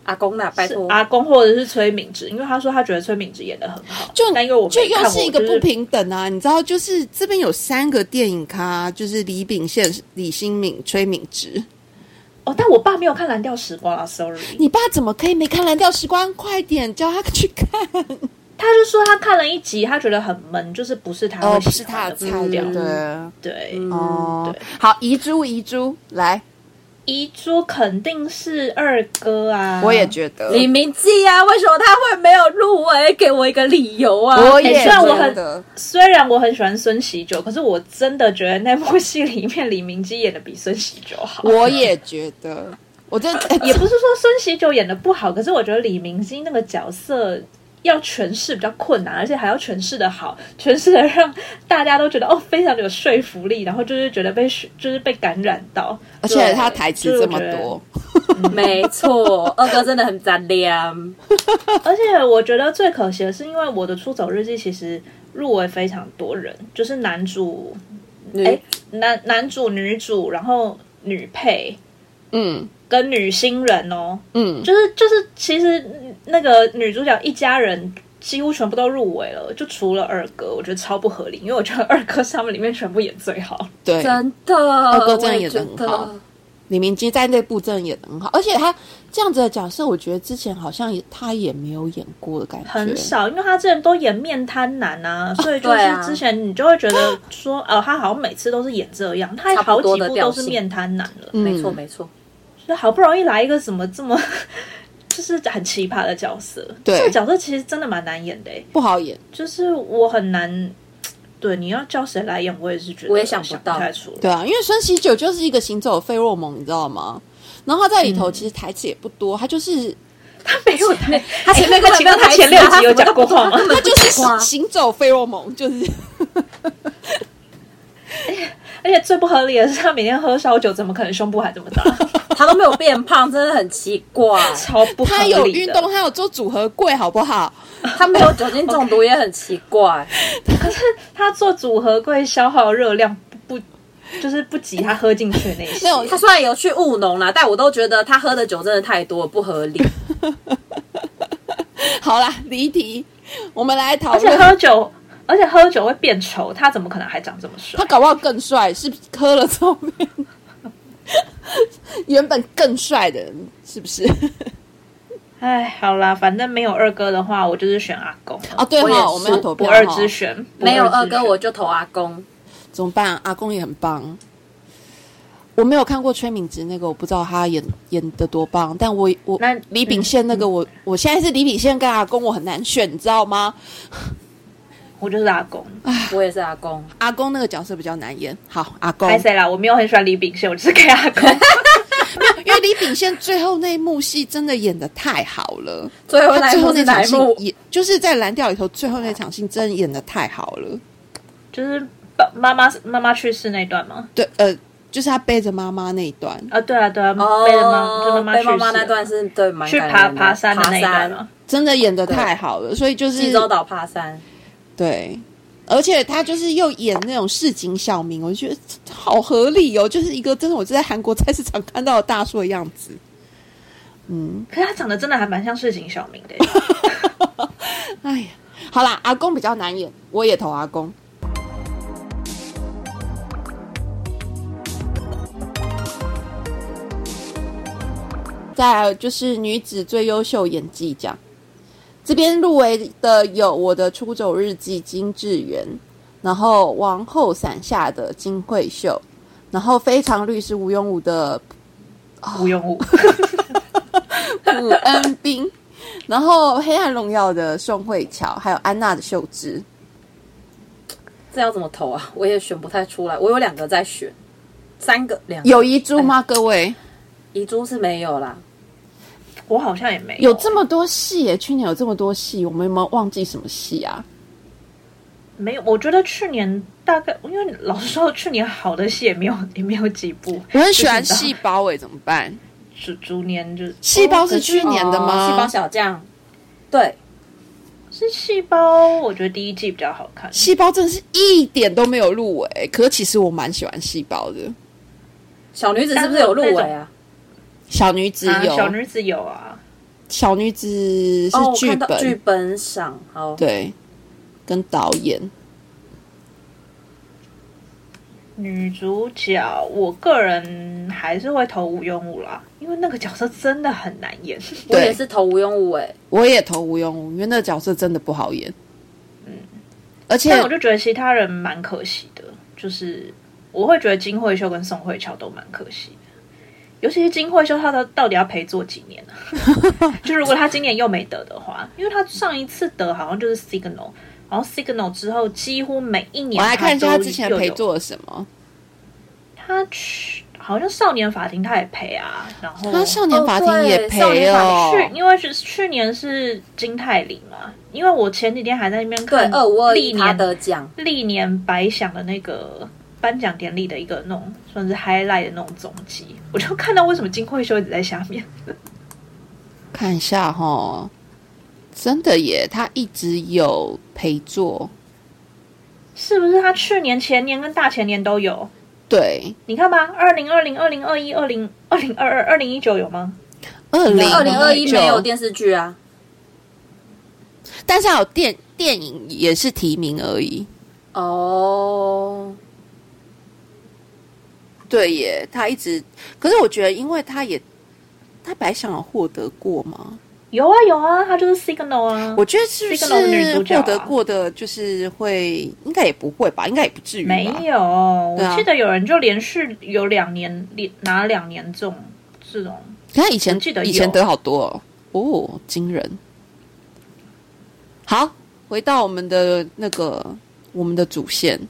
[SPEAKER 3] 阿公呐，拜
[SPEAKER 2] 是
[SPEAKER 1] 哦
[SPEAKER 3] 托，
[SPEAKER 2] 阿公或者是崔敏植，因为他说他觉得崔敏植演的很好，
[SPEAKER 1] 就
[SPEAKER 2] 但因为我没
[SPEAKER 1] 就又
[SPEAKER 2] 看
[SPEAKER 1] 是一
[SPEAKER 2] 我
[SPEAKER 1] 个
[SPEAKER 2] 就
[SPEAKER 1] 不平等啊！你知道，就是这边有三个电影咖，就是李秉宪、李新敏、崔敏植。
[SPEAKER 2] 哦，但我爸没有看《蓝调时光》啊，sorry。
[SPEAKER 1] 你爸怎么可以没看《蓝调时光》？快点叫他去看！
[SPEAKER 2] 他就说他看了一集，他觉得很闷，就是不是他会
[SPEAKER 1] 哦不
[SPEAKER 2] 喜
[SPEAKER 1] 是
[SPEAKER 2] 欢
[SPEAKER 1] 他
[SPEAKER 2] 的
[SPEAKER 1] 的
[SPEAKER 2] 步
[SPEAKER 1] 菜
[SPEAKER 2] 调。
[SPEAKER 1] 对
[SPEAKER 2] 对，
[SPEAKER 1] 哦
[SPEAKER 2] 对，
[SPEAKER 1] 好，遗珠遗珠，来，
[SPEAKER 2] 遗珠肯定是二哥啊，
[SPEAKER 1] 我也觉得，
[SPEAKER 3] 李明基啊，为什么他会没有入围？给我一个理由啊！
[SPEAKER 1] 我也
[SPEAKER 2] 哎虽然我
[SPEAKER 1] 觉
[SPEAKER 2] 很
[SPEAKER 1] 得，
[SPEAKER 2] 虽然我很喜欢孙喜九，可是我真的觉得那部戏里面李明基演的比孙喜九
[SPEAKER 1] (laughs)
[SPEAKER 2] 好。
[SPEAKER 1] 我也觉得，我哎真的
[SPEAKER 2] 也不是说孙喜九演的不好，可是我觉得李明基那个角色要诠释比较困难，而且还要诠释的好，诠释的让大家都觉得哦非常有说服力，然后就是觉得被就是被感染到。
[SPEAKER 1] 而且他台词这么多，
[SPEAKER 3] (laughs) 没错，二哥真的很咱俩。
[SPEAKER 2] 而且我觉得最可惜的是，因为我的《出走日记》其实入围非常多人，就是男主、
[SPEAKER 3] 哎，
[SPEAKER 2] 男男主、女主，然后女配
[SPEAKER 1] 嗯
[SPEAKER 2] 跟女新人哦，
[SPEAKER 1] 嗯，
[SPEAKER 2] 就是就是，其实嗯那个女主角一家人几乎全部都入围了，就除了二哥，我觉得超不合理，因为我觉得二哥是他们里面全部演最好。
[SPEAKER 1] 对，
[SPEAKER 3] 真的，二
[SPEAKER 1] 哥真的演得很好李明基在那部真的演得很好，而且他这样子的角色，我觉得之前好像也他也没有演过的感觉，
[SPEAKER 2] 很少，因为他之前都演面瘫男啊，
[SPEAKER 1] 哦
[SPEAKER 2] 所以就
[SPEAKER 3] 对
[SPEAKER 2] 是
[SPEAKER 3] 啊
[SPEAKER 2] 之前你就会觉得说，哦，他好像每次都是演这样，他好几部都是面瘫男了，
[SPEAKER 1] 嗯，
[SPEAKER 3] 没错没错，
[SPEAKER 2] 就好不容易来一个什么这么 (laughs) 就是很奇葩的角色，
[SPEAKER 1] 对
[SPEAKER 2] 这个角色其实真的蛮难演的欸、
[SPEAKER 1] 不好演，
[SPEAKER 2] 就是我很难，对，你要叫谁来演，我也是觉得
[SPEAKER 3] 我也想不
[SPEAKER 2] 不
[SPEAKER 3] 到
[SPEAKER 2] 太出来。
[SPEAKER 1] 对啊，因为孙喜九就是一个行走的费洛蒙，你知道吗？然后他在里头其实台词也不多，他就是
[SPEAKER 2] 他没有台，
[SPEAKER 3] 他前面
[SPEAKER 2] 那
[SPEAKER 3] 根
[SPEAKER 2] 个
[SPEAKER 3] 本
[SPEAKER 2] 请
[SPEAKER 3] 没有
[SPEAKER 2] 问他前六
[SPEAKER 3] 台词啊
[SPEAKER 2] 集有
[SPEAKER 3] 他什么
[SPEAKER 2] 讲
[SPEAKER 3] 都
[SPEAKER 2] 过
[SPEAKER 3] 不
[SPEAKER 2] 话
[SPEAKER 3] 啊
[SPEAKER 2] 吗？
[SPEAKER 1] 他就是
[SPEAKER 3] 哇
[SPEAKER 1] 行行走费洛蒙，就是
[SPEAKER 2] 而且最不合理的是，他每天喝烧酒，怎么可能胸部还这
[SPEAKER 1] (laughs)
[SPEAKER 2] 么大？
[SPEAKER 3] 他都没有变胖，真的很奇怪。
[SPEAKER 2] 超不合
[SPEAKER 1] 他
[SPEAKER 2] 理的。
[SPEAKER 1] 有运动，他有做组合柜，好不
[SPEAKER 2] (laughs)
[SPEAKER 1] 好？
[SPEAKER 3] 他没有酒精中毒也很奇怪。
[SPEAKER 2] 他做组合柜消耗热量不不就是不及他喝进去的那
[SPEAKER 1] (laughs)
[SPEAKER 2] 些。
[SPEAKER 1] 那种
[SPEAKER 3] 他虽然有去务农啦，但我都觉得他喝的酒真的太多，不合理。
[SPEAKER 1] 好啦，离题，我们来讨
[SPEAKER 2] 而且
[SPEAKER 1] 论。
[SPEAKER 2] 喝酒，而且喝酒会变丑，他怎么可能还长这么帅
[SPEAKER 1] 他？搞不好更帅，是喝了之后变 (laughs) 原本更帅的人，是不
[SPEAKER 2] (laughs)
[SPEAKER 1] 是？
[SPEAKER 2] 哎，好啦，反正没有二哥的话，我就是选阿公
[SPEAKER 1] 哦，对
[SPEAKER 3] 我也
[SPEAKER 1] 哈，
[SPEAKER 3] 是
[SPEAKER 1] 我们要投
[SPEAKER 2] 不
[SPEAKER 1] 票
[SPEAKER 2] 二
[SPEAKER 1] 哈
[SPEAKER 2] 之选。不
[SPEAKER 3] (laughs) 没有
[SPEAKER 2] 之
[SPEAKER 3] 二哥，
[SPEAKER 2] 选
[SPEAKER 3] 我就投阿公。
[SPEAKER 1] 怎么办？阿公也很棒。我没有看过崔敏植那个，我不知道他演演的多棒，但我我
[SPEAKER 2] 那嗯
[SPEAKER 1] 李秉宪那个，我我现在是李秉宪跟阿公，我很难选，你知道吗？
[SPEAKER 2] 我就是阿公。
[SPEAKER 3] 我也是阿公，
[SPEAKER 1] 阿公那个角色比较难演。好，阿公，
[SPEAKER 2] 拍谁啦？我没有很喜欢李秉宪，我就是给阿
[SPEAKER 3] (laughs)
[SPEAKER 2] 公。
[SPEAKER 1] 因为李秉宪最后那一幕戏真的演的太好了，
[SPEAKER 3] 最后
[SPEAKER 1] 他
[SPEAKER 3] 那
[SPEAKER 1] 最
[SPEAKER 3] 一
[SPEAKER 1] 后
[SPEAKER 3] 幕
[SPEAKER 1] 那
[SPEAKER 3] 是
[SPEAKER 1] 场
[SPEAKER 3] 哪一
[SPEAKER 1] 戏
[SPEAKER 3] 幕？
[SPEAKER 1] 也就是在蓝调里头最后那场戏真的演的太好了。
[SPEAKER 2] 就是爸妈妈妈妈去世那段吗？
[SPEAKER 1] 对，呃，就是他背着妈妈那一段，
[SPEAKER 2] 啊，对啊，对啊，
[SPEAKER 3] 哦，
[SPEAKER 2] 被妈就妈
[SPEAKER 3] 被
[SPEAKER 2] 去世
[SPEAKER 3] 妈妈那段是对蛮
[SPEAKER 2] 去
[SPEAKER 3] 感
[SPEAKER 2] 爬
[SPEAKER 3] 人的
[SPEAKER 2] 爬山的那一
[SPEAKER 3] 爬
[SPEAKER 2] 段哦
[SPEAKER 3] 山，
[SPEAKER 2] 吗？
[SPEAKER 1] 真的演的太好了，所以就是
[SPEAKER 3] 济州岛爬山。
[SPEAKER 1] 对，而且他就是又演那种市井小民，我就觉得好合理哦，就是一个真的我就在韩国菜市场看到的大叔的样子。
[SPEAKER 2] 可是他长得真的还蛮像市井小民
[SPEAKER 3] (laughs)
[SPEAKER 2] 的耶。
[SPEAKER 1] (laughs) 哎呀，好啦，阿公比较难演，我也投阿公。再来就是女子最优秀演技奖，这边入围的有《我的出走日记》金智媛，然后《王后伞下的金惠秀》，然后《非常律师吴庸武》的
[SPEAKER 2] 吴庸武，
[SPEAKER 1] 朴恩斌，然后《黑暗荣耀》的宋慧乔，还有安娜的秀智。
[SPEAKER 3] 这要怎么投啊？我也选不太出来。我有两个在选，三个两个
[SPEAKER 1] 有遗珠吗？各位
[SPEAKER 3] 遗珠是没有啦。
[SPEAKER 2] 我好像也没
[SPEAKER 1] 有这么多戏耶、去年有这么多戏，我们有没有忘记什么戏啊？
[SPEAKER 2] 没有，我觉得去年大概，因为老实说，去年好的戏也没有 (laughs) 也没有几部。
[SPEAKER 1] 我很喜欢
[SPEAKER 2] 就是你
[SPEAKER 1] 细胞诶、怎么办？
[SPEAKER 2] 知道，逐逐年就是
[SPEAKER 1] 细胞是
[SPEAKER 2] 可
[SPEAKER 1] 去年的吗
[SPEAKER 3] 哦细胞小将，对，
[SPEAKER 2] 是细胞，我觉得第一季比较好看。啊
[SPEAKER 1] 细胞真的是一点都没有入围，可是其实我蛮喜欢细胞的。
[SPEAKER 3] 小女子是不是有入围啊？
[SPEAKER 1] 小女子
[SPEAKER 2] 啊，
[SPEAKER 1] 有，
[SPEAKER 2] 小女子有啊，
[SPEAKER 1] 小女子是
[SPEAKER 3] 哦，我
[SPEAKER 1] 剧
[SPEAKER 3] 看到
[SPEAKER 1] 本，
[SPEAKER 3] 剧本赏，好，
[SPEAKER 1] 对，跟导演。
[SPEAKER 2] 女主角，我个人还是会投吴庸武啦，因为那个角色真的很难
[SPEAKER 1] (laughs)
[SPEAKER 2] 演。
[SPEAKER 3] 我
[SPEAKER 1] 对
[SPEAKER 3] 也是投吴庸武诶。
[SPEAKER 1] 我也投吴庸武，因为那个角色真的不好演。嗯而且
[SPEAKER 2] 但我就觉得其他人蛮可惜的，就是我会觉得金惠秀跟宋慧乔都蛮可惜的，尤其是金惠秀，她到到底要陪做几年呢、啊
[SPEAKER 1] (laughs)
[SPEAKER 2] 就如果她今年又没得的话，因为她上一次得好像就是 Signal，然后 Signal 之后几乎每一年
[SPEAKER 1] 我来看一下
[SPEAKER 2] 她
[SPEAKER 1] 他
[SPEAKER 2] 都
[SPEAKER 1] 之前
[SPEAKER 2] 又有
[SPEAKER 1] 陪，做了什么。
[SPEAKER 2] 她去好像少年法庭她也陪啊，然后
[SPEAKER 1] 他少年法庭也
[SPEAKER 3] 哦对少
[SPEAKER 1] 陪
[SPEAKER 3] 年
[SPEAKER 1] 哦
[SPEAKER 3] 法，
[SPEAKER 2] 去，因为是去年是金泰梨嘛，因为我前几天还在那边
[SPEAKER 3] 对，
[SPEAKER 1] 嗯
[SPEAKER 2] 看
[SPEAKER 3] 二五二
[SPEAKER 2] 历
[SPEAKER 3] 一他
[SPEAKER 2] 年
[SPEAKER 3] 得奖，
[SPEAKER 2] 历年百想的那个颁奖典礼的一个那种算是 highlight 的那种总集，我就看到为什么金惠秀一直在下面，
[SPEAKER 1] 看一下哈，真的耶，他一直有陪做，
[SPEAKER 2] 是不是他去年、前年跟大前年都有？
[SPEAKER 1] 对，
[SPEAKER 2] 你看吧，二零二零、二零二一、二零二零二二、二零一九有吗？
[SPEAKER 1] 二零
[SPEAKER 3] 二零二一没有
[SPEAKER 1] 电，
[SPEAKER 3] 电视剧啊。
[SPEAKER 1] 但是还有电电影也是提名而已。
[SPEAKER 3] 哦，
[SPEAKER 1] 对耶，他一直，可是我觉得，因为他也，他白想有获得过吗？
[SPEAKER 2] 有啊有啊，他就是 Signal 啊，
[SPEAKER 1] 我觉得是不
[SPEAKER 2] 这个女
[SPEAKER 1] 是
[SPEAKER 2] 主角啊
[SPEAKER 1] 获得过的，就是会，应该也不会吧，应该也不至于吧。
[SPEAKER 2] 没有，
[SPEAKER 1] 对啊
[SPEAKER 2] 我记得有人就连续有两年连拿两年中这种，
[SPEAKER 1] 可他以前
[SPEAKER 2] 我记得有
[SPEAKER 1] 以前得好多哦，哦，惊人。好，回到我们的那个我们的主线，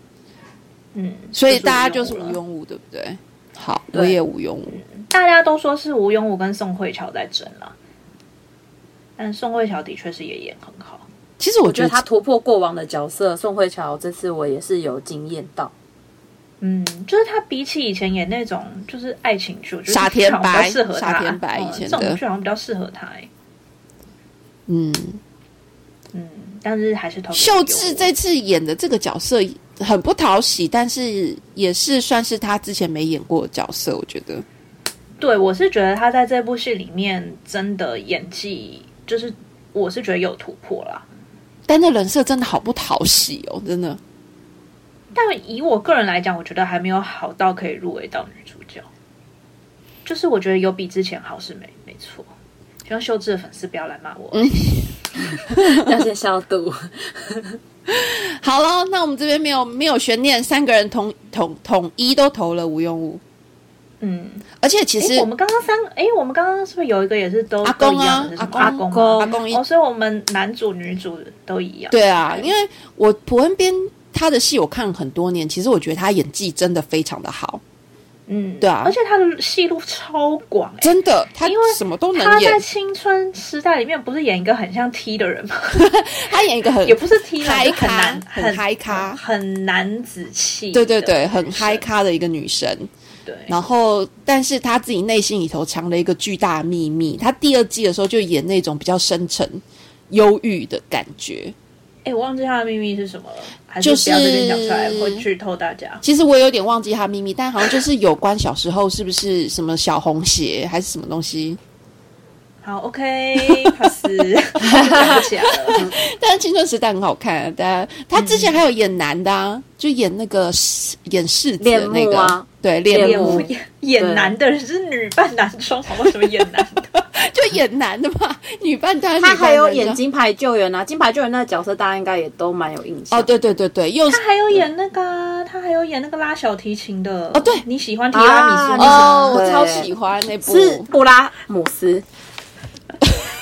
[SPEAKER 2] 嗯，
[SPEAKER 1] 所以
[SPEAKER 2] 就是
[SPEAKER 1] 大家就是
[SPEAKER 2] 吴
[SPEAKER 1] 吴
[SPEAKER 2] 庸武了
[SPEAKER 1] 庸武，对不对？好，
[SPEAKER 2] 对
[SPEAKER 1] 我也吴庸武。
[SPEAKER 2] 大家都说是吴庸武跟宋慧乔在争啦，但宋慧乔的确是也演很好。
[SPEAKER 1] 其实我
[SPEAKER 3] 我觉
[SPEAKER 1] 觉
[SPEAKER 3] 得
[SPEAKER 1] 得
[SPEAKER 3] 他突破过往的角色宋慧乔，这次我也是有惊艳
[SPEAKER 1] (laughs)
[SPEAKER 3] 到。
[SPEAKER 2] 嗯，就是她比起以前演那种就是爱情剧，我觉得
[SPEAKER 1] 傻甜白
[SPEAKER 2] 这种好像比较适合她。
[SPEAKER 1] 傻甜白
[SPEAKER 2] 嗯
[SPEAKER 1] 以前
[SPEAKER 2] 这
[SPEAKER 1] 的
[SPEAKER 2] 种剧好像比较适合她、欸。
[SPEAKER 1] 嗯，
[SPEAKER 2] 嗯，但是还是投给
[SPEAKER 1] 秀
[SPEAKER 2] 吴庸武
[SPEAKER 1] 智这次演的这个角色很不讨喜，但是也是算是他之前没演过的角色，我觉得。
[SPEAKER 2] 对我是觉得她在这部戏里面真的演技就是我是觉得有突破啦。
[SPEAKER 1] 但那人设真的好不讨喜哦，真的。
[SPEAKER 2] 但以我个人来讲，我觉得还没有好到可以入围到女主角，就是我觉得有比之前好是没没错。希望秀智的粉丝不要来骂我。
[SPEAKER 1] 嗯
[SPEAKER 3] 要先消
[SPEAKER 1] (laughs)
[SPEAKER 3] 毒，
[SPEAKER 1] 好了，那我们这边没有没有悬念，三个人统统统一都投了吴庸武，
[SPEAKER 2] 嗯，
[SPEAKER 1] 而且其实、
[SPEAKER 2] 诶我们刚刚三，哎，我们刚刚是不是有一个也是都
[SPEAKER 1] 阿公啊
[SPEAKER 2] 都一样的是什么
[SPEAKER 1] 阿
[SPEAKER 2] 阿
[SPEAKER 1] 公
[SPEAKER 2] 公
[SPEAKER 1] 阿
[SPEAKER 2] 啊
[SPEAKER 1] 公一
[SPEAKER 2] 哦，所以我们男主女主都一样。
[SPEAKER 1] 对啊，因为我朴恩斌他的戏我看了很多年，其实我觉得他演技真的非常的好，
[SPEAKER 2] 嗯，
[SPEAKER 1] 对啊
[SPEAKER 2] 而且他的戏路超广、诶
[SPEAKER 1] 真的，他
[SPEAKER 2] 因为
[SPEAKER 1] 什么都
[SPEAKER 2] 他
[SPEAKER 1] 能
[SPEAKER 2] 在
[SPEAKER 1] 演，
[SPEAKER 2] 青春时代里面不是演一个很像 T 的人吗？
[SPEAKER 1] 他演一个很
[SPEAKER 2] 也不是 T 啦，
[SPEAKER 1] 嗨
[SPEAKER 2] 就很难，
[SPEAKER 1] 咖很
[SPEAKER 2] 很
[SPEAKER 1] 嗨咖
[SPEAKER 2] 很男子气。
[SPEAKER 1] 对对对，很嗨。咖的一个女生，
[SPEAKER 2] 对，
[SPEAKER 1] 然后但是她自己内心里头藏了一个巨大的秘密，她第二季的时候就演那种比较深沉、忧郁的感觉。
[SPEAKER 2] 哎、我忘记他的秘密是什么了，还
[SPEAKER 1] 就是是
[SPEAKER 2] 不要这边讲出来，会剧透大家。
[SPEAKER 1] 其实我有点忘记她秘密，但好像就是有关小时候是不是什么小红鞋还是什么东西，
[SPEAKER 2] 好，OK，pass，讲不起来了。
[SPEAKER 1] 但是青春时代很好看，大家他之前还有演男的啊，就演那个世演世子的那
[SPEAKER 3] 恋
[SPEAKER 1] 个，
[SPEAKER 3] 慕啊
[SPEAKER 1] 对恋
[SPEAKER 3] 恋
[SPEAKER 1] 慕
[SPEAKER 3] 慕
[SPEAKER 2] 演
[SPEAKER 1] 啊
[SPEAKER 2] 演男的人是女扮男装，好为什么演男
[SPEAKER 1] (laughs)
[SPEAKER 2] 的？
[SPEAKER 1] 就演男的嘛，女扮当然
[SPEAKER 3] 他
[SPEAKER 1] 女扮
[SPEAKER 3] 还有
[SPEAKER 1] 人
[SPEAKER 3] 演
[SPEAKER 1] 家
[SPEAKER 3] 《金牌救援》啊，《金牌救援》那个角色大家应该也都蛮有印象。
[SPEAKER 1] 哦，对对对对，又是
[SPEAKER 2] 他还有演那个啊，他还有演那个拉小提琴的
[SPEAKER 1] 哦对
[SPEAKER 2] 你喜欢提拉米苏
[SPEAKER 3] 啊
[SPEAKER 2] 吗？
[SPEAKER 1] 哦，我
[SPEAKER 3] 对
[SPEAKER 1] 超喜欢那部，
[SPEAKER 3] 是布拉姆斯，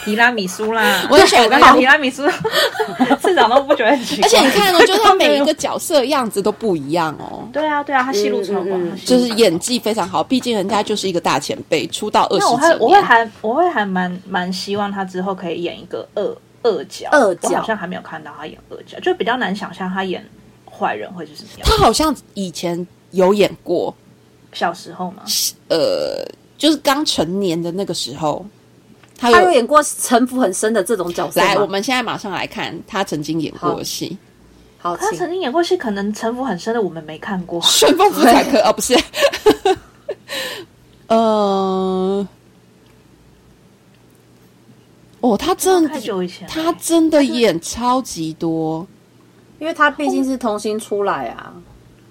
[SPEAKER 2] 提拉米苏啦，
[SPEAKER 1] 我也喜欢
[SPEAKER 2] 我刚讲提拉米苏， (laughs) 市长都不觉得很奇怪。，
[SPEAKER 1] 而且你看哦，就是他每一
[SPEAKER 3] (laughs)
[SPEAKER 1] 个角色样子都不一样哦
[SPEAKER 2] 对啊对啊，他戏路超广
[SPEAKER 3] 嗯嗯嗯，
[SPEAKER 2] 他戏
[SPEAKER 1] 就
[SPEAKER 2] 路
[SPEAKER 1] 是演技非常好，毕竟人家就是一个大前辈，出道二十
[SPEAKER 2] 那我
[SPEAKER 1] 几
[SPEAKER 2] 还
[SPEAKER 1] 年，
[SPEAKER 2] 我会还我会还蛮蛮希望他之后可以演一个恶恶角，
[SPEAKER 3] 恶角
[SPEAKER 2] 我好像还没有看到他演恶角，就比较难想象他演坏人会是什么样。
[SPEAKER 1] 他好像以前有演过，
[SPEAKER 2] 小时候嘛，
[SPEAKER 1] 呃，就是刚成年的那个时候，他
[SPEAKER 3] 他有演过城府很深的这种角色吗。
[SPEAKER 1] 来，我们现在马上来看他曾经演过的戏
[SPEAKER 3] 好，
[SPEAKER 2] 他
[SPEAKER 3] 请
[SPEAKER 2] 曾经演过戏，可能城府很深的我们没看过。
[SPEAKER 1] 《顺风妇产科》哦，不是， (laughs) 呃，哦，他真
[SPEAKER 2] 太
[SPEAKER 1] 的，
[SPEAKER 2] 久以前了，
[SPEAKER 1] 他真的演超级多，
[SPEAKER 3] 因为他毕竟是童星出来啊，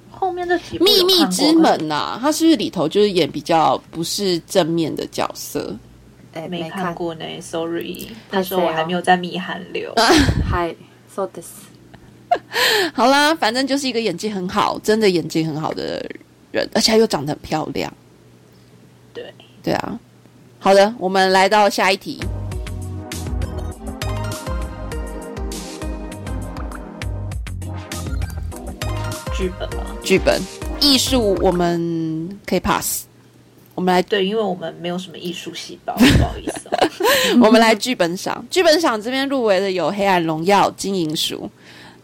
[SPEAKER 2] 后面这几
[SPEAKER 1] 《
[SPEAKER 2] 部
[SPEAKER 1] 秘
[SPEAKER 2] 有
[SPEAKER 1] 密
[SPEAKER 2] 看过
[SPEAKER 1] 之门》呐，他是不是里头就是演比较不是正面的角色？
[SPEAKER 3] 哎、
[SPEAKER 2] 可是没看
[SPEAKER 3] 看，
[SPEAKER 2] 过呢，sorry，
[SPEAKER 3] 太
[SPEAKER 2] 那时候我
[SPEAKER 3] 肥哦
[SPEAKER 2] 还没有在密韩流。
[SPEAKER 1] 啊
[SPEAKER 3] 嗨，so this，
[SPEAKER 1] 好啦，反正就是一个演技很好，真的演技很好的人，而且她又长得很漂亮。
[SPEAKER 2] 对，
[SPEAKER 1] 对啊，好的，我们来到下一题。
[SPEAKER 2] 剧本啊，
[SPEAKER 1] 剧本、艺术，我们可以 pass。我们来，
[SPEAKER 2] 对，因为我们没有什么艺术细
[SPEAKER 1] (laughs)
[SPEAKER 2] 胞，不好意思、哦。
[SPEAKER 1] 我们来剧本赏。剧本赏这边入围的有《黑暗荣耀》《金银鼠》，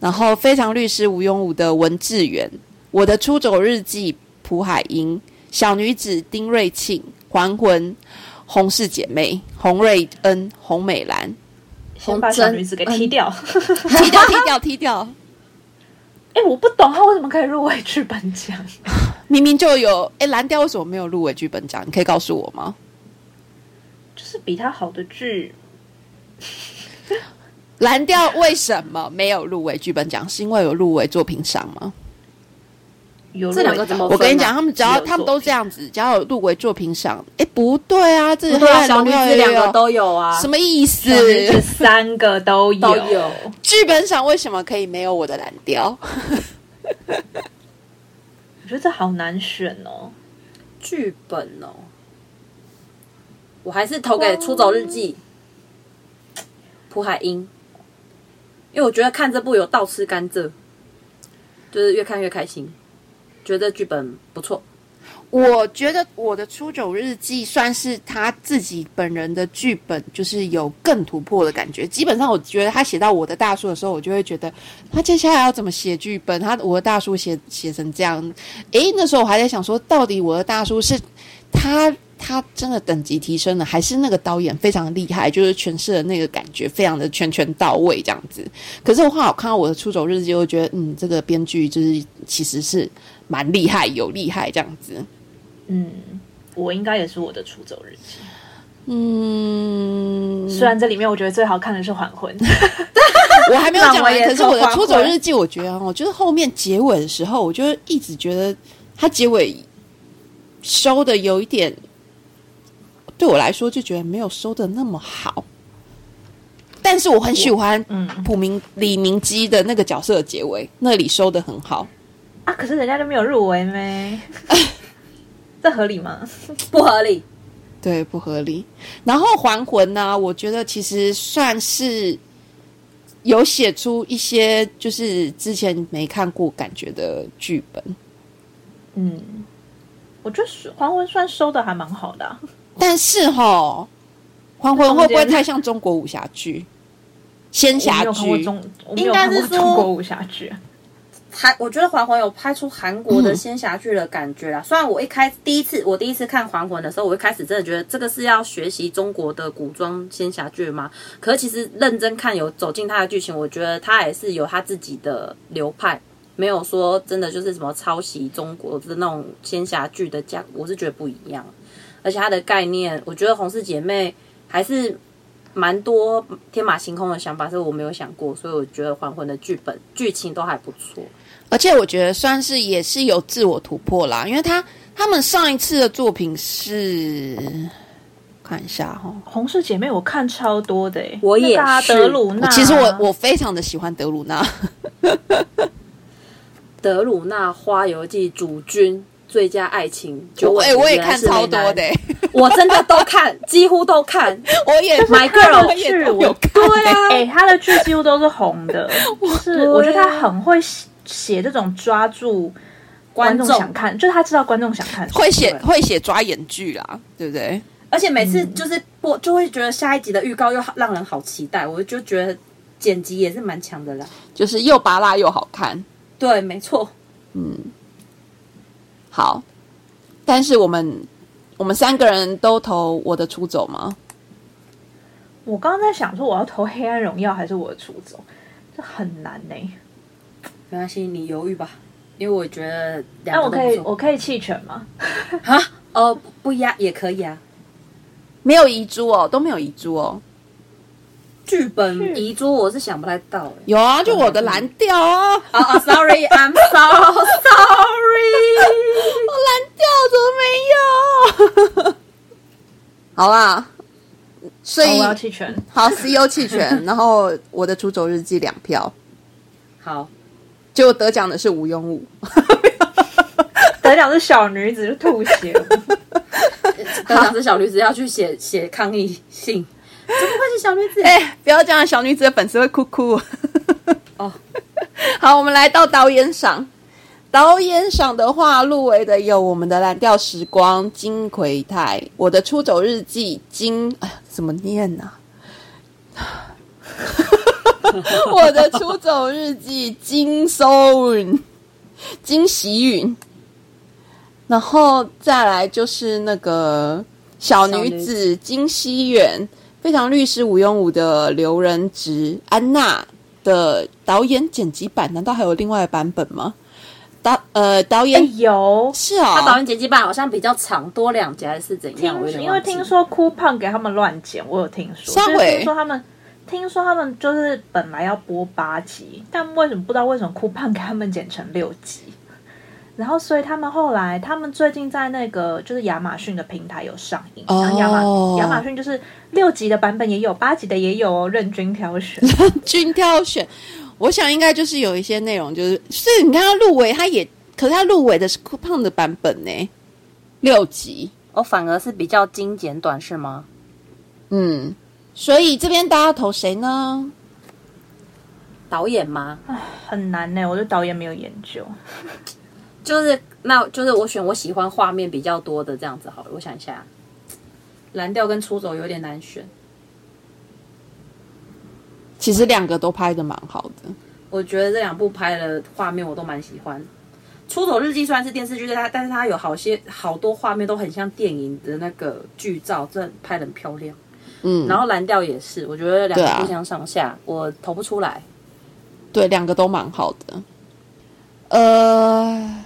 [SPEAKER 1] 然后《非常律师吴庸武》的文志远，《我的出走日记》朴海英，《小女子》丁瑞庆，《还魂》洪氏姐妹、洪瑞恩、洪美兰，
[SPEAKER 2] 先把小女子
[SPEAKER 1] 嗯
[SPEAKER 2] 给踢掉。 (laughs)
[SPEAKER 1] 踢掉，踢掉，踢掉。
[SPEAKER 2] 哎、我不懂他为什么可以入围剧本奖。
[SPEAKER 1] 明明就有，哎，蓝调为什么没有入围剧本奖？你可以告诉我吗？
[SPEAKER 2] 就是比他好的剧，
[SPEAKER 1] 蓝调为什么没有入围剧本奖？是因为有入围作品赏吗？
[SPEAKER 2] 有
[SPEAKER 3] 这两个怎么
[SPEAKER 1] 我跟你讲，
[SPEAKER 3] 分啊
[SPEAKER 1] 他们只要
[SPEAKER 2] 只有
[SPEAKER 1] 他们都
[SPEAKER 2] 作品
[SPEAKER 1] 这样子，只要有入围作品赏，哎，不对啊，这
[SPEAKER 3] 不
[SPEAKER 1] 个
[SPEAKER 3] 对
[SPEAKER 1] 黑
[SPEAKER 3] 啊，
[SPEAKER 1] 暗
[SPEAKER 3] 小
[SPEAKER 1] 荣
[SPEAKER 3] 女
[SPEAKER 1] 耀
[SPEAKER 3] 子
[SPEAKER 1] 也
[SPEAKER 3] 两个
[SPEAKER 1] 有
[SPEAKER 3] 都有啊，
[SPEAKER 1] 什么意思？
[SPEAKER 2] 是三个都有，
[SPEAKER 3] 都有
[SPEAKER 1] 剧本赏为什么可以没有我的蓝调？
[SPEAKER 2] 我觉得这好难选哦。
[SPEAKER 3] 剧本哦。我还是投给《出走日记》朴海英，因为我觉得看这部有倒吃甘蔗。就是越看越开心，觉得剧本不错。
[SPEAKER 1] 我觉得我的《出走日记》算是他自己本人的剧本，就是有更突破的感觉。基本上，我觉得他写到我的大叔的时候，我就会觉得他接下来要怎么写剧本？他我的大叔写写成这样，诶，那时候我还在想说，到底我的大叔是他他真的等级提升了，还是那个导演非常厉害，就是诠释的那个感觉非常的全全到位这样子。可是我后来我看到我的《出走日记》，我就觉得嗯，这个编剧就是其实是蛮厉害，有厉害这样子。
[SPEAKER 2] 嗯，我应该也是我的出走日记。
[SPEAKER 1] 嗯，
[SPEAKER 2] 虽然这里面我觉得最好看的是《还魂》，
[SPEAKER 1] 我还没有讲
[SPEAKER 3] 让我
[SPEAKER 1] 完，
[SPEAKER 3] 也
[SPEAKER 1] 可是我的
[SPEAKER 3] 做
[SPEAKER 1] 《
[SPEAKER 3] 黄
[SPEAKER 1] 出走
[SPEAKER 3] 昏
[SPEAKER 1] 日记》，我觉得哦，就是后面结尾的时候，我就一直觉得它结尾收的有一点，对我来说就觉得没有收的那么好。但是我很喜欢
[SPEAKER 2] 嗯
[SPEAKER 1] 普明李明基的那个角色的结尾，那里收的很好。
[SPEAKER 2] (laughs) 啊，可是人家就没有入围
[SPEAKER 3] (laughs)
[SPEAKER 2] 咩？这合理吗？
[SPEAKER 3] 不合理，
[SPEAKER 1] 对，不合理。然后《还魂》呢，我觉得其实算是有写出一些就是之前没看过感觉的剧本，
[SPEAKER 2] 嗯，我觉得是《还魂》算收的还蛮好的啊、
[SPEAKER 1] 但是哈，《还魂》会不会太像中国武侠剧、仙
[SPEAKER 2] 我没
[SPEAKER 1] 侠
[SPEAKER 2] 有看过
[SPEAKER 1] 剧？
[SPEAKER 2] 中，我没有
[SPEAKER 3] 应该
[SPEAKER 2] 看
[SPEAKER 3] 是
[SPEAKER 2] 过
[SPEAKER 3] 说
[SPEAKER 2] 中国武侠剧。
[SPEAKER 3] 韩我觉得《还魂》有拍出韩国的仙侠剧的感觉啦。虽然我一开第一次我第一次看《还魂》的时候，我一开始真的觉得这个是要学习中国的古装仙侠剧吗？可是其实认真看有走进它的剧情，我觉得它也是有它自己的流派，没有说真的就是什么抄袭中国的那种仙侠剧的架，我是觉得不一样。而且它的概念，我觉得《红氏姐妹》还是蛮多天马行空的想法，是我没有想过，所以我觉得《还魂》的剧本剧情都还不错。
[SPEAKER 1] 而且我觉得算是也是有自我突破啦，因为他他们上一次的作品是看一下哈，
[SPEAKER 2] 红氏姐妹我看超多的、欸，
[SPEAKER 3] 我也
[SPEAKER 2] 那个啊
[SPEAKER 3] 是
[SPEAKER 2] 德鲁纳啊。
[SPEAKER 1] 其实我我非常的喜欢德鲁纳。
[SPEAKER 3] 德鲁纳《花游记》主君最佳爱情，九尾
[SPEAKER 1] 哎、
[SPEAKER 3] 狐
[SPEAKER 1] 我也
[SPEAKER 3] 原来
[SPEAKER 1] 看
[SPEAKER 3] 是
[SPEAKER 1] 超
[SPEAKER 3] 美
[SPEAKER 1] 多
[SPEAKER 3] 男
[SPEAKER 1] 的、，(laughs)
[SPEAKER 3] (laughs)
[SPEAKER 1] 啊
[SPEAKER 3] 我真的都看， (laughs) 几乎都看。
[SPEAKER 1] 我也
[SPEAKER 3] 是 My
[SPEAKER 2] 看了
[SPEAKER 3] girl
[SPEAKER 1] 我也
[SPEAKER 2] 剧
[SPEAKER 1] 都有
[SPEAKER 2] 我
[SPEAKER 1] 看、
[SPEAKER 3] 对啊，
[SPEAKER 2] (laughs) 哎、他的剧几乎都是红
[SPEAKER 3] (laughs)
[SPEAKER 2] 的，就是我觉得
[SPEAKER 3] 啊
[SPEAKER 2] 他很会写写这种抓住观
[SPEAKER 3] 观
[SPEAKER 2] 众
[SPEAKER 3] 众
[SPEAKER 2] 想看，就是他知道观众想看什么。
[SPEAKER 1] 会写会写抓眼剧啦，对不对？
[SPEAKER 3] 而且每
[SPEAKER 2] 嗯
[SPEAKER 3] 次就是播，就会觉得下一集的预告又好让人好期待，我就觉得剪辑也是蛮强的啦。
[SPEAKER 1] 就是又拔辣又好看，
[SPEAKER 3] 对，没错，
[SPEAKER 1] 好。但是我们我们三个人都投我的出走吗？
[SPEAKER 2] 我刚刚在想说，我要投《黑暗荣耀》还是我的《出走》，这很难呢、
[SPEAKER 3] 没关系，你犹豫吧，因为我觉得
[SPEAKER 2] 那
[SPEAKER 3] 两
[SPEAKER 2] 我
[SPEAKER 3] 个都
[SPEAKER 2] 可
[SPEAKER 3] 不
[SPEAKER 2] 以，
[SPEAKER 3] 错
[SPEAKER 2] 我可以弃权吗？
[SPEAKER 3] 啊，哦，不不压也可以啊。
[SPEAKER 1] 没有遗珠哦，都没有遗珠哦。
[SPEAKER 3] 剧
[SPEAKER 2] 是
[SPEAKER 3] 本遗珠我是想不太到、欸，
[SPEAKER 1] 有啊，就我的蓝调啊，我蓝
[SPEAKER 3] 啊啊，sorry，I'm so sorry。
[SPEAKER 1] 调怎么没有？ (laughs) 好啦，所
[SPEAKER 2] 哦
[SPEAKER 1] 以
[SPEAKER 2] 我要弃权。
[SPEAKER 1] 好 CO 弃权，然后我的出走日记两票，
[SPEAKER 3] (laughs) 好，
[SPEAKER 1] 结果得奖的是吴庸武。
[SPEAKER 2] 得奖是小女子，就吐血了。
[SPEAKER 3] (laughs) 得奖是小驴子要去写写抗议信，怎么会是小驴子？
[SPEAKER 1] (laughs) 哎、不要这样，小女子的粉丝会哭哭。
[SPEAKER 3] 哦，
[SPEAKER 1] (laughs) 好，我们来到导演赏。导演赏的话，入围的有我们的《蓝调时光》金奎泰，《我的出走日记》金，哎呀，怎么念呢、我的出走日记金收允，金喜允，然后再来就是那个小
[SPEAKER 3] 小
[SPEAKER 1] 女
[SPEAKER 3] 女
[SPEAKER 1] 子金熙媛，非常律师吴庸武的刘仁植，安娜的导演剪辑版，难道还有另外的版本吗？导呃导
[SPEAKER 2] 哎
[SPEAKER 1] 演、
[SPEAKER 2] 有，
[SPEAKER 1] 是啊、
[SPEAKER 3] 他导演剪辑版好像比较长，多两集还是怎样？我有
[SPEAKER 2] 听，
[SPEAKER 3] 点
[SPEAKER 2] 因为
[SPEAKER 3] 忘记
[SPEAKER 2] 听说酷胖给他们乱剪，我有听说。
[SPEAKER 1] 上
[SPEAKER 2] 就是
[SPEAKER 1] 回
[SPEAKER 2] 听说他们，听说他们就是本来要播八集，但为什么不知道为什么酷胖给他们剪成六集？然后，所以他们后来，他们最近在那个就是亚马逊的平台有上映，
[SPEAKER 1] 哦
[SPEAKER 2] 然后亚马亚马逊就是六集的版本也有，八集的也有哦，任君
[SPEAKER 1] (laughs)
[SPEAKER 2] 挑选。
[SPEAKER 1] 均挑选，我想应该就是有一些内容，就是是你看他入围，他也可是他入围的是酷胖的版本呢，六集，
[SPEAKER 3] 哦，反而是比较精简短是吗？
[SPEAKER 1] 嗯，所以这边大家投谁呢？
[SPEAKER 3] 导演吗？
[SPEAKER 2] 很难呢、我对导演没有研究。
[SPEAKER 3] 就是那就是我选我喜欢画面比较多的这样子好了。我想一下，蓝调跟出走有点难选。
[SPEAKER 1] 其实两个都拍的蛮好的，
[SPEAKER 3] 我觉得这两部拍的画面我都蛮喜欢。出走日记虽然是电视剧，但它但是它有好些好多画面都很像电影的那个剧照，真的拍的很漂亮。
[SPEAKER 1] 嗯，
[SPEAKER 3] 然后蓝调也是，我觉得两
[SPEAKER 1] 对
[SPEAKER 3] 个
[SPEAKER 1] 啊
[SPEAKER 3] 不相上下，我投不出来。
[SPEAKER 1] 对，两个都蛮好的。呃，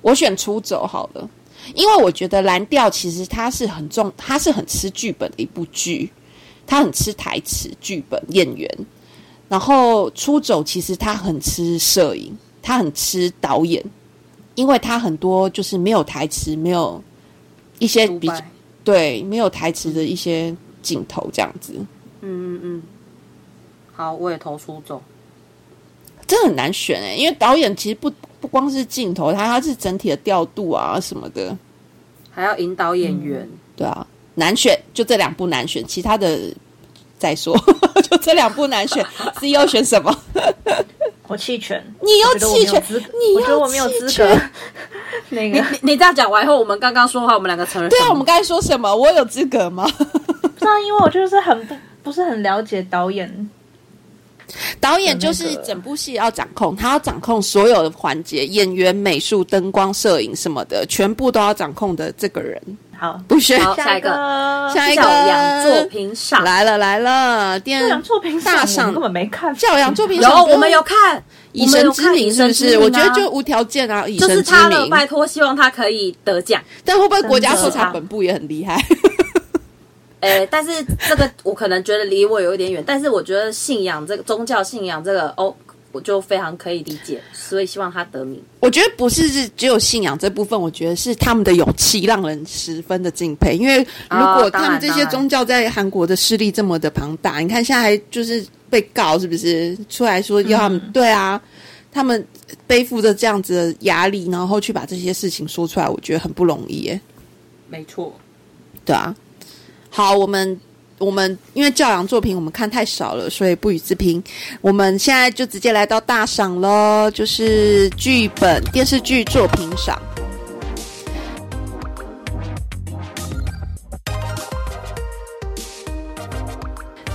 [SPEAKER 1] 我选出走好了，因为我觉得蓝调其实它是很重，它是很吃剧本的一部剧，它很吃台词、剧本、演员。然后出走其实它很吃摄影，它很吃导演，因为它很多就是没有台词，没有一些
[SPEAKER 3] 独
[SPEAKER 1] 哎比较
[SPEAKER 3] 白，
[SPEAKER 1] 对没有台词的一些镜头这样子。
[SPEAKER 3] 嗯嗯嗯，好，我也投出走。
[SPEAKER 1] 真的很难选哎、因为导演其实不不光是镜头，他他是整体的调度啊什么的，
[SPEAKER 3] 还要引导演员。
[SPEAKER 1] 对啊，难选就这两部难选，其他的再说， (laughs) 就这两部难选，CEO 选什么？
[SPEAKER 2] 我弃权，
[SPEAKER 1] 你
[SPEAKER 2] 我
[SPEAKER 1] 又
[SPEAKER 2] 觉得我没
[SPEAKER 1] 弃
[SPEAKER 2] 有
[SPEAKER 1] 权，
[SPEAKER 2] 资格，
[SPEAKER 1] 你
[SPEAKER 2] 我觉得
[SPEAKER 1] 又
[SPEAKER 2] 我没有
[SPEAKER 1] 弃
[SPEAKER 2] 资格
[SPEAKER 1] 权。
[SPEAKER 2] (laughs) 那个
[SPEAKER 3] 你你这样讲完以后，我们刚刚说话，我们两个承认
[SPEAKER 1] 对啊，我们刚才说什么？我有资格
[SPEAKER 2] (laughs)
[SPEAKER 1] 吗？
[SPEAKER 2] 不知道，因为我就是很不不是很了解导演，
[SPEAKER 1] 导演就是整部戏要掌控，他要掌控所有的环节，演员、美术、灯光、摄影什么的，全部都要掌控的这个人，
[SPEAKER 2] 好，
[SPEAKER 1] 不选
[SPEAKER 3] 好下一
[SPEAKER 2] 一
[SPEAKER 3] 个
[SPEAKER 2] 个
[SPEAKER 1] 下一个
[SPEAKER 3] 教养作品赏。
[SPEAKER 1] 来了来了，电
[SPEAKER 2] 教养作品赏
[SPEAKER 1] 大
[SPEAKER 2] 我
[SPEAKER 1] 赏
[SPEAKER 2] 们根本没看，
[SPEAKER 1] 教养作品
[SPEAKER 3] 有
[SPEAKER 1] 赏
[SPEAKER 3] 我们有看，
[SPEAKER 1] 以神之名是不是？
[SPEAKER 3] 我
[SPEAKER 1] 我
[SPEAKER 3] 们有看以神之名啊
[SPEAKER 1] 觉得就无条件啊，以
[SPEAKER 3] 就
[SPEAKER 1] 神
[SPEAKER 3] 是
[SPEAKER 1] 之
[SPEAKER 3] 他了，
[SPEAKER 1] 名。
[SPEAKER 3] 拜托，希望他可以得奖。
[SPEAKER 1] 但会不会国家搜
[SPEAKER 3] 真的
[SPEAKER 1] 查
[SPEAKER 3] 啊
[SPEAKER 1] 本部也很厉害？ (laughs)
[SPEAKER 3] 诶、但是这个我可能觉得离我有一点远，但是我觉得信仰这个宗教信仰这个哦，我就非常可以理解，所以希望他得名。
[SPEAKER 1] 我觉得不是是只有信仰这部分，我觉得是他们的勇气让人十分的敬佩。因为如果
[SPEAKER 3] 哦当
[SPEAKER 1] 他
[SPEAKER 3] 然
[SPEAKER 1] 们这些宗教在韩国的势力这么的庞大，你看现在还就是被告是不是出来说要他们、
[SPEAKER 3] 嗯
[SPEAKER 1] 对啊，他们背负着这样子的压力，然后去把这些事情说出来，我觉得很不容易耶。
[SPEAKER 3] 没错，
[SPEAKER 1] 对啊，好，我们我们因为教养作品我们看太少了，所以不予置评。我们现在就直接来到大赏喽，就是剧本电视剧作品赏。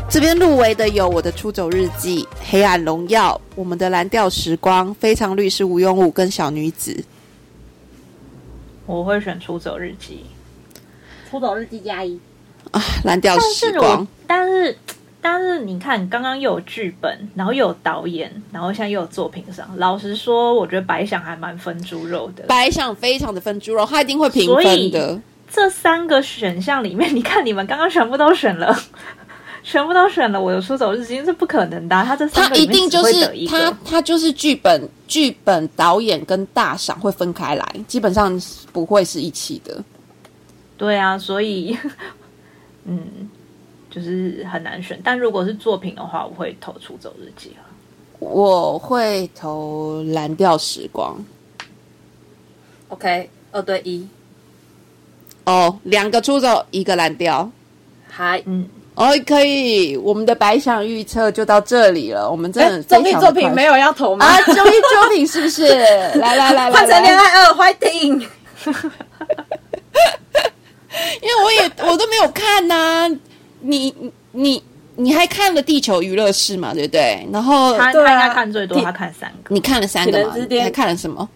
[SPEAKER 1] 这边入围的有《我的出走日记》《黑暗荣耀》《我们的蓝调时光》《非常律师吴庸武》跟《小女子》。
[SPEAKER 2] 我会选《出走日记
[SPEAKER 3] 出走日记加一，
[SPEAKER 1] 蓝》，调
[SPEAKER 2] 但
[SPEAKER 1] 时
[SPEAKER 2] 是
[SPEAKER 1] 光
[SPEAKER 2] 我，但是但是你看，刚刚又有剧本，然后又有导演，然后现在又有作品上。老实说，我觉得白想还蛮分猪肉的。
[SPEAKER 1] 白想非常的分猪肉，他一定会评
[SPEAKER 2] 所以
[SPEAKER 1] 分的。
[SPEAKER 2] 这三个选项里面，你 (laughs) 看你们刚刚全部都选了，全部都选了。我有出走日记，这不可能的啊、他这三
[SPEAKER 1] 他
[SPEAKER 2] 个
[SPEAKER 1] 一
[SPEAKER 2] 里面
[SPEAKER 1] 定
[SPEAKER 2] 只
[SPEAKER 1] 就
[SPEAKER 2] 会
[SPEAKER 1] 是
[SPEAKER 2] 得一
[SPEAKER 1] 他
[SPEAKER 2] 个。，
[SPEAKER 1] 他就是剧本、剧本、导演跟大赏会分开来，基本上不会是一起的。
[SPEAKER 2] 对啊，所以 (laughs) 嗯，就是很难选。但如果是作品的话，我会投出走日记啊。
[SPEAKER 1] 我会投蓝调时光
[SPEAKER 3] OK，二对一，
[SPEAKER 1] 哦，两个出走，一个蓝调。
[SPEAKER 3] 还
[SPEAKER 2] 嗯，
[SPEAKER 1] 哦，可以，我们的白想预测就到这里了。我们真的
[SPEAKER 3] 哎综艺作品没
[SPEAKER 1] 有
[SPEAKER 3] 有要投吗？
[SPEAKER 1] 啊？
[SPEAKER 3] (laughs)
[SPEAKER 1] 综艺作品是不是？来来来来，
[SPEAKER 3] 换成
[SPEAKER 1] 来
[SPEAKER 3] 恋爱二 fighting，
[SPEAKER 1] 因为我也我都没有看呐、你你你你还看了《地球娱乐室》嘛，对不对？然后
[SPEAKER 2] 他、
[SPEAKER 3] 对啊
[SPEAKER 2] 他应该看最多，
[SPEAKER 3] 第
[SPEAKER 2] 他看三个。
[SPEAKER 1] 你看了三个吗
[SPEAKER 3] 体能之？
[SPEAKER 1] 你
[SPEAKER 3] 巅
[SPEAKER 1] 还看了什么？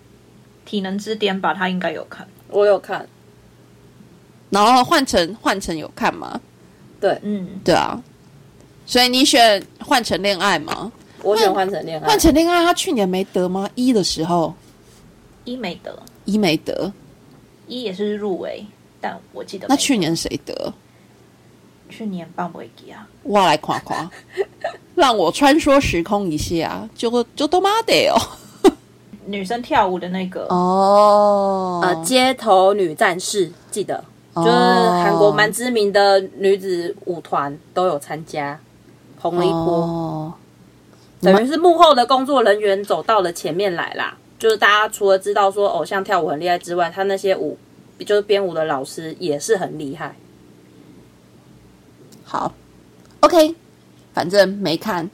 [SPEAKER 2] 体能之巅吧，他应该有看。
[SPEAKER 3] 我有看，
[SPEAKER 1] 然后换成换成有看吗？
[SPEAKER 2] 嗯，
[SPEAKER 1] 对啊，所以你选换成恋爱吗？
[SPEAKER 3] 我选换成哦恋爱，
[SPEAKER 1] 换成恋爱，他去年没得吗？一的时候
[SPEAKER 2] 一没得，
[SPEAKER 1] 一没得，
[SPEAKER 2] 一也是入围，但我记得
[SPEAKER 1] 那
[SPEAKER 2] 没
[SPEAKER 1] 去年谁得？
[SPEAKER 2] 去年棒尾吉啊，
[SPEAKER 1] 我来夸夸， (laughs) 让我穿梭时空一下，就就都妈得哦。
[SPEAKER 2] 女生跳舞的那个，
[SPEAKER 1] 哦，
[SPEAKER 3] 呃，街头女战士，记得
[SPEAKER 1] 就
[SPEAKER 3] 就是韩国
[SPEAKER 1] 哦
[SPEAKER 3] 蛮知名的女子舞团都有参加，红了一波。
[SPEAKER 1] 哦
[SPEAKER 3] 等于是幕后的工作人员走到了前面来啦。就是大家除了知道说偶像跳舞很厉害之外，他那些舞就是编舞的老师也是很厉害。
[SPEAKER 1] 好，OK，反正没看，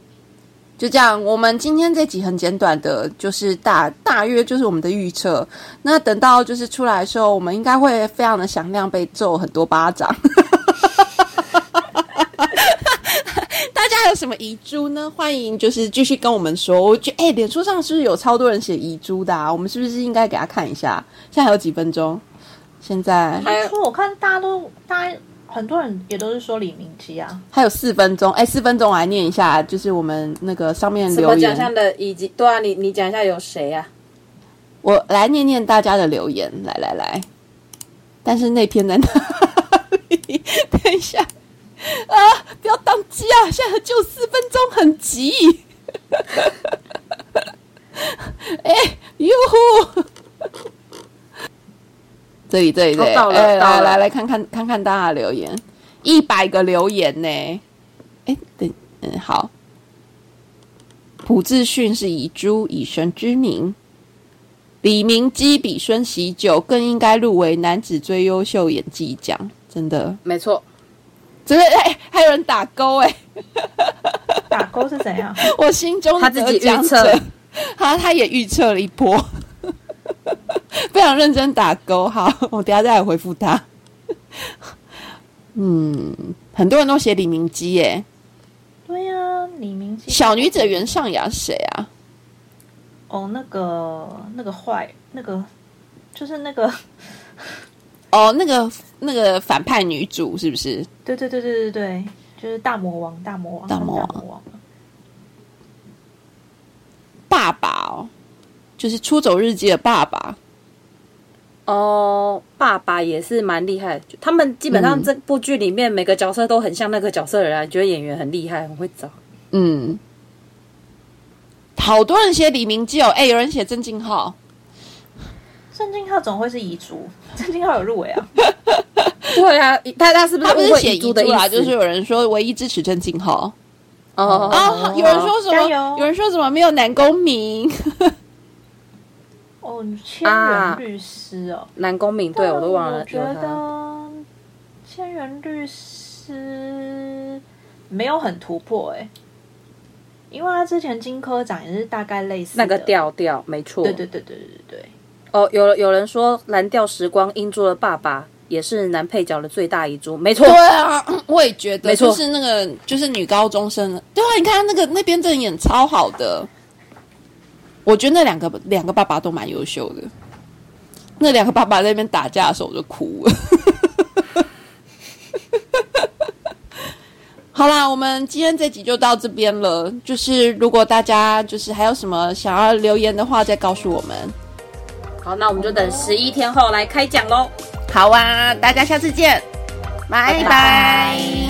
[SPEAKER 1] 就这样，我们今天这集很简短的，就是大大约就是我们的预测。那等到就是出来的时候，我们应该会非常的响亮，被揍很多巴掌。 (laughs) 大家还有什么遗珠呢？欢迎就是继续跟我们说。我觉得哎，脸书上是不是有超多人写遗珠的、啊？我们是不是应该给他看一下？现在还有几分钟？现在
[SPEAKER 3] 还有
[SPEAKER 2] 说我看大家都，大家很多人也都是说李明基啊，
[SPEAKER 1] 还有四分钟，哎，四分钟我来念一下，就是我们那个上面
[SPEAKER 3] 什
[SPEAKER 1] 留
[SPEAKER 3] 么奖项
[SPEAKER 1] 言，
[SPEAKER 3] 的，以及对啊，你你讲一下有谁啊？
[SPEAKER 1] 我来念念大家的留言，来来来，但是那篇在哪里？ (laughs) 等一下啊，不要当机啊！现在就四分钟，很急。 (laughs) 哎，哟呼！这里这里这里，
[SPEAKER 3] 哦到了
[SPEAKER 1] 哎
[SPEAKER 3] 到
[SPEAKER 1] 来
[SPEAKER 3] 了
[SPEAKER 1] 来来看看看看大家的留言，一百个留言呢、哎，等，嗯，好。朴智勋是遗珠，以神之名。李明基比孙喜九更应该入围男子最优秀演技奖，真的，
[SPEAKER 3] 没错，
[SPEAKER 1] 真的，哎、还有人打勾哎、
[SPEAKER 2] 打勾是怎样？
[SPEAKER 1] (laughs) 我心中的
[SPEAKER 3] 他自
[SPEAKER 1] 得
[SPEAKER 3] 己
[SPEAKER 1] 奖
[SPEAKER 3] 预测
[SPEAKER 1] 者，他他也预测了一波， (laughs) 非常认真打勾。好，我等一下再来回复他。 (laughs) 嗯，很多人都写李明基耶、
[SPEAKER 2] 对呀、啊，李明基
[SPEAKER 1] 小女者袁尚雅是谁啊？
[SPEAKER 2] 哦，那个那个坏那个就是那个，
[SPEAKER 1] 哦，那个那个反派女主是不是？
[SPEAKER 2] 对对对对对对，就是大魔王大魔王
[SPEAKER 1] 大魔王
[SPEAKER 2] 大魔王。
[SPEAKER 1] 爸爸哦，就是《出走日记》的爸爸。
[SPEAKER 3] 哦，爸爸也是蛮厉害的。就他们基本上
[SPEAKER 1] 嗯
[SPEAKER 3] 这部剧里面每个角色都很像那个角色的人啊，觉得演员很厉害，很会找。
[SPEAKER 1] 嗯，好多人写李明基哦，哎，有人写郑敬浩，
[SPEAKER 2] 郑敬浩总会是遗珠，郑敬浩有入围
[SPEAKER 3] (laughs)
[SPEAKER 2] 啊，
[SPEAKER 3] 对啊，他他是不
[SPEAKER 1] 他
[SPEAKER 3] 是
[SPEAKER 1] 不
[SPEAKER 3] 误
[SPEAKER 1] 是
[SPEAKER 3] 会
[SPEAKER 1] 写
[SPEAKER 3] 遗
[SPEAKER 1] 遗珠
[SPEAKER 3] 的意
[SPEAKER 1] 啦，
[SPEAKER 3] 思？
[SPEAKER 1] 就是有人说唯一支持郑敬浩
[SPEAKER 3] 哦
[SPEAKER 1] 啊，有人说什
[SPEAKER 2] 加
[SPEAKER 1] 么？
[SPEAKER 2] 油
[SPEAKER 1] 有人说什么没有男公民？
[SPEAKER 2] 哦，千元律师哦，
[SPEAKER 3] 男公民，啊对我都忘了
[SPEAKER 2] 但我觉
[SPEAKER 3] 有他。
[SPEAKER 2] 得千元律师没有很突破哎、因为他之前金科长也是大概类似的
[SPEAKER 3] 那个，调调，没错。
[SPEAKER 2] 对对对对对对对。
[SPEAKER 3] 哦，有有人说《蓝调时光》英珠的爸爸也是男配角的最大遗珠，没
[SPEAKER 1] (laughs)
[SPEAKER 3] 错
[SPEAKER 1] 对。啊，我也觉得，
[SPEAKER 3] 没错
[SPEAKER 1] 就是那个就是女高中生，对啊，你看那个那边真的演超好的，我觉得那两个两个爸爸都蛮优秀的。那两个爸爸在那边打架的时候，我就哭 (laughs) 了。好啦，我们今天这集就到这边了。就是如果大家就是还有什么想要留言的话，再告诉我们。
[SPEAKER 3] 好，那我们就等十一天后来开奖喽。
[SPEAKER 1] 好啊，大家下次见，拜
[SPEAKER 3] 拜
[SPEAKER 1] 拜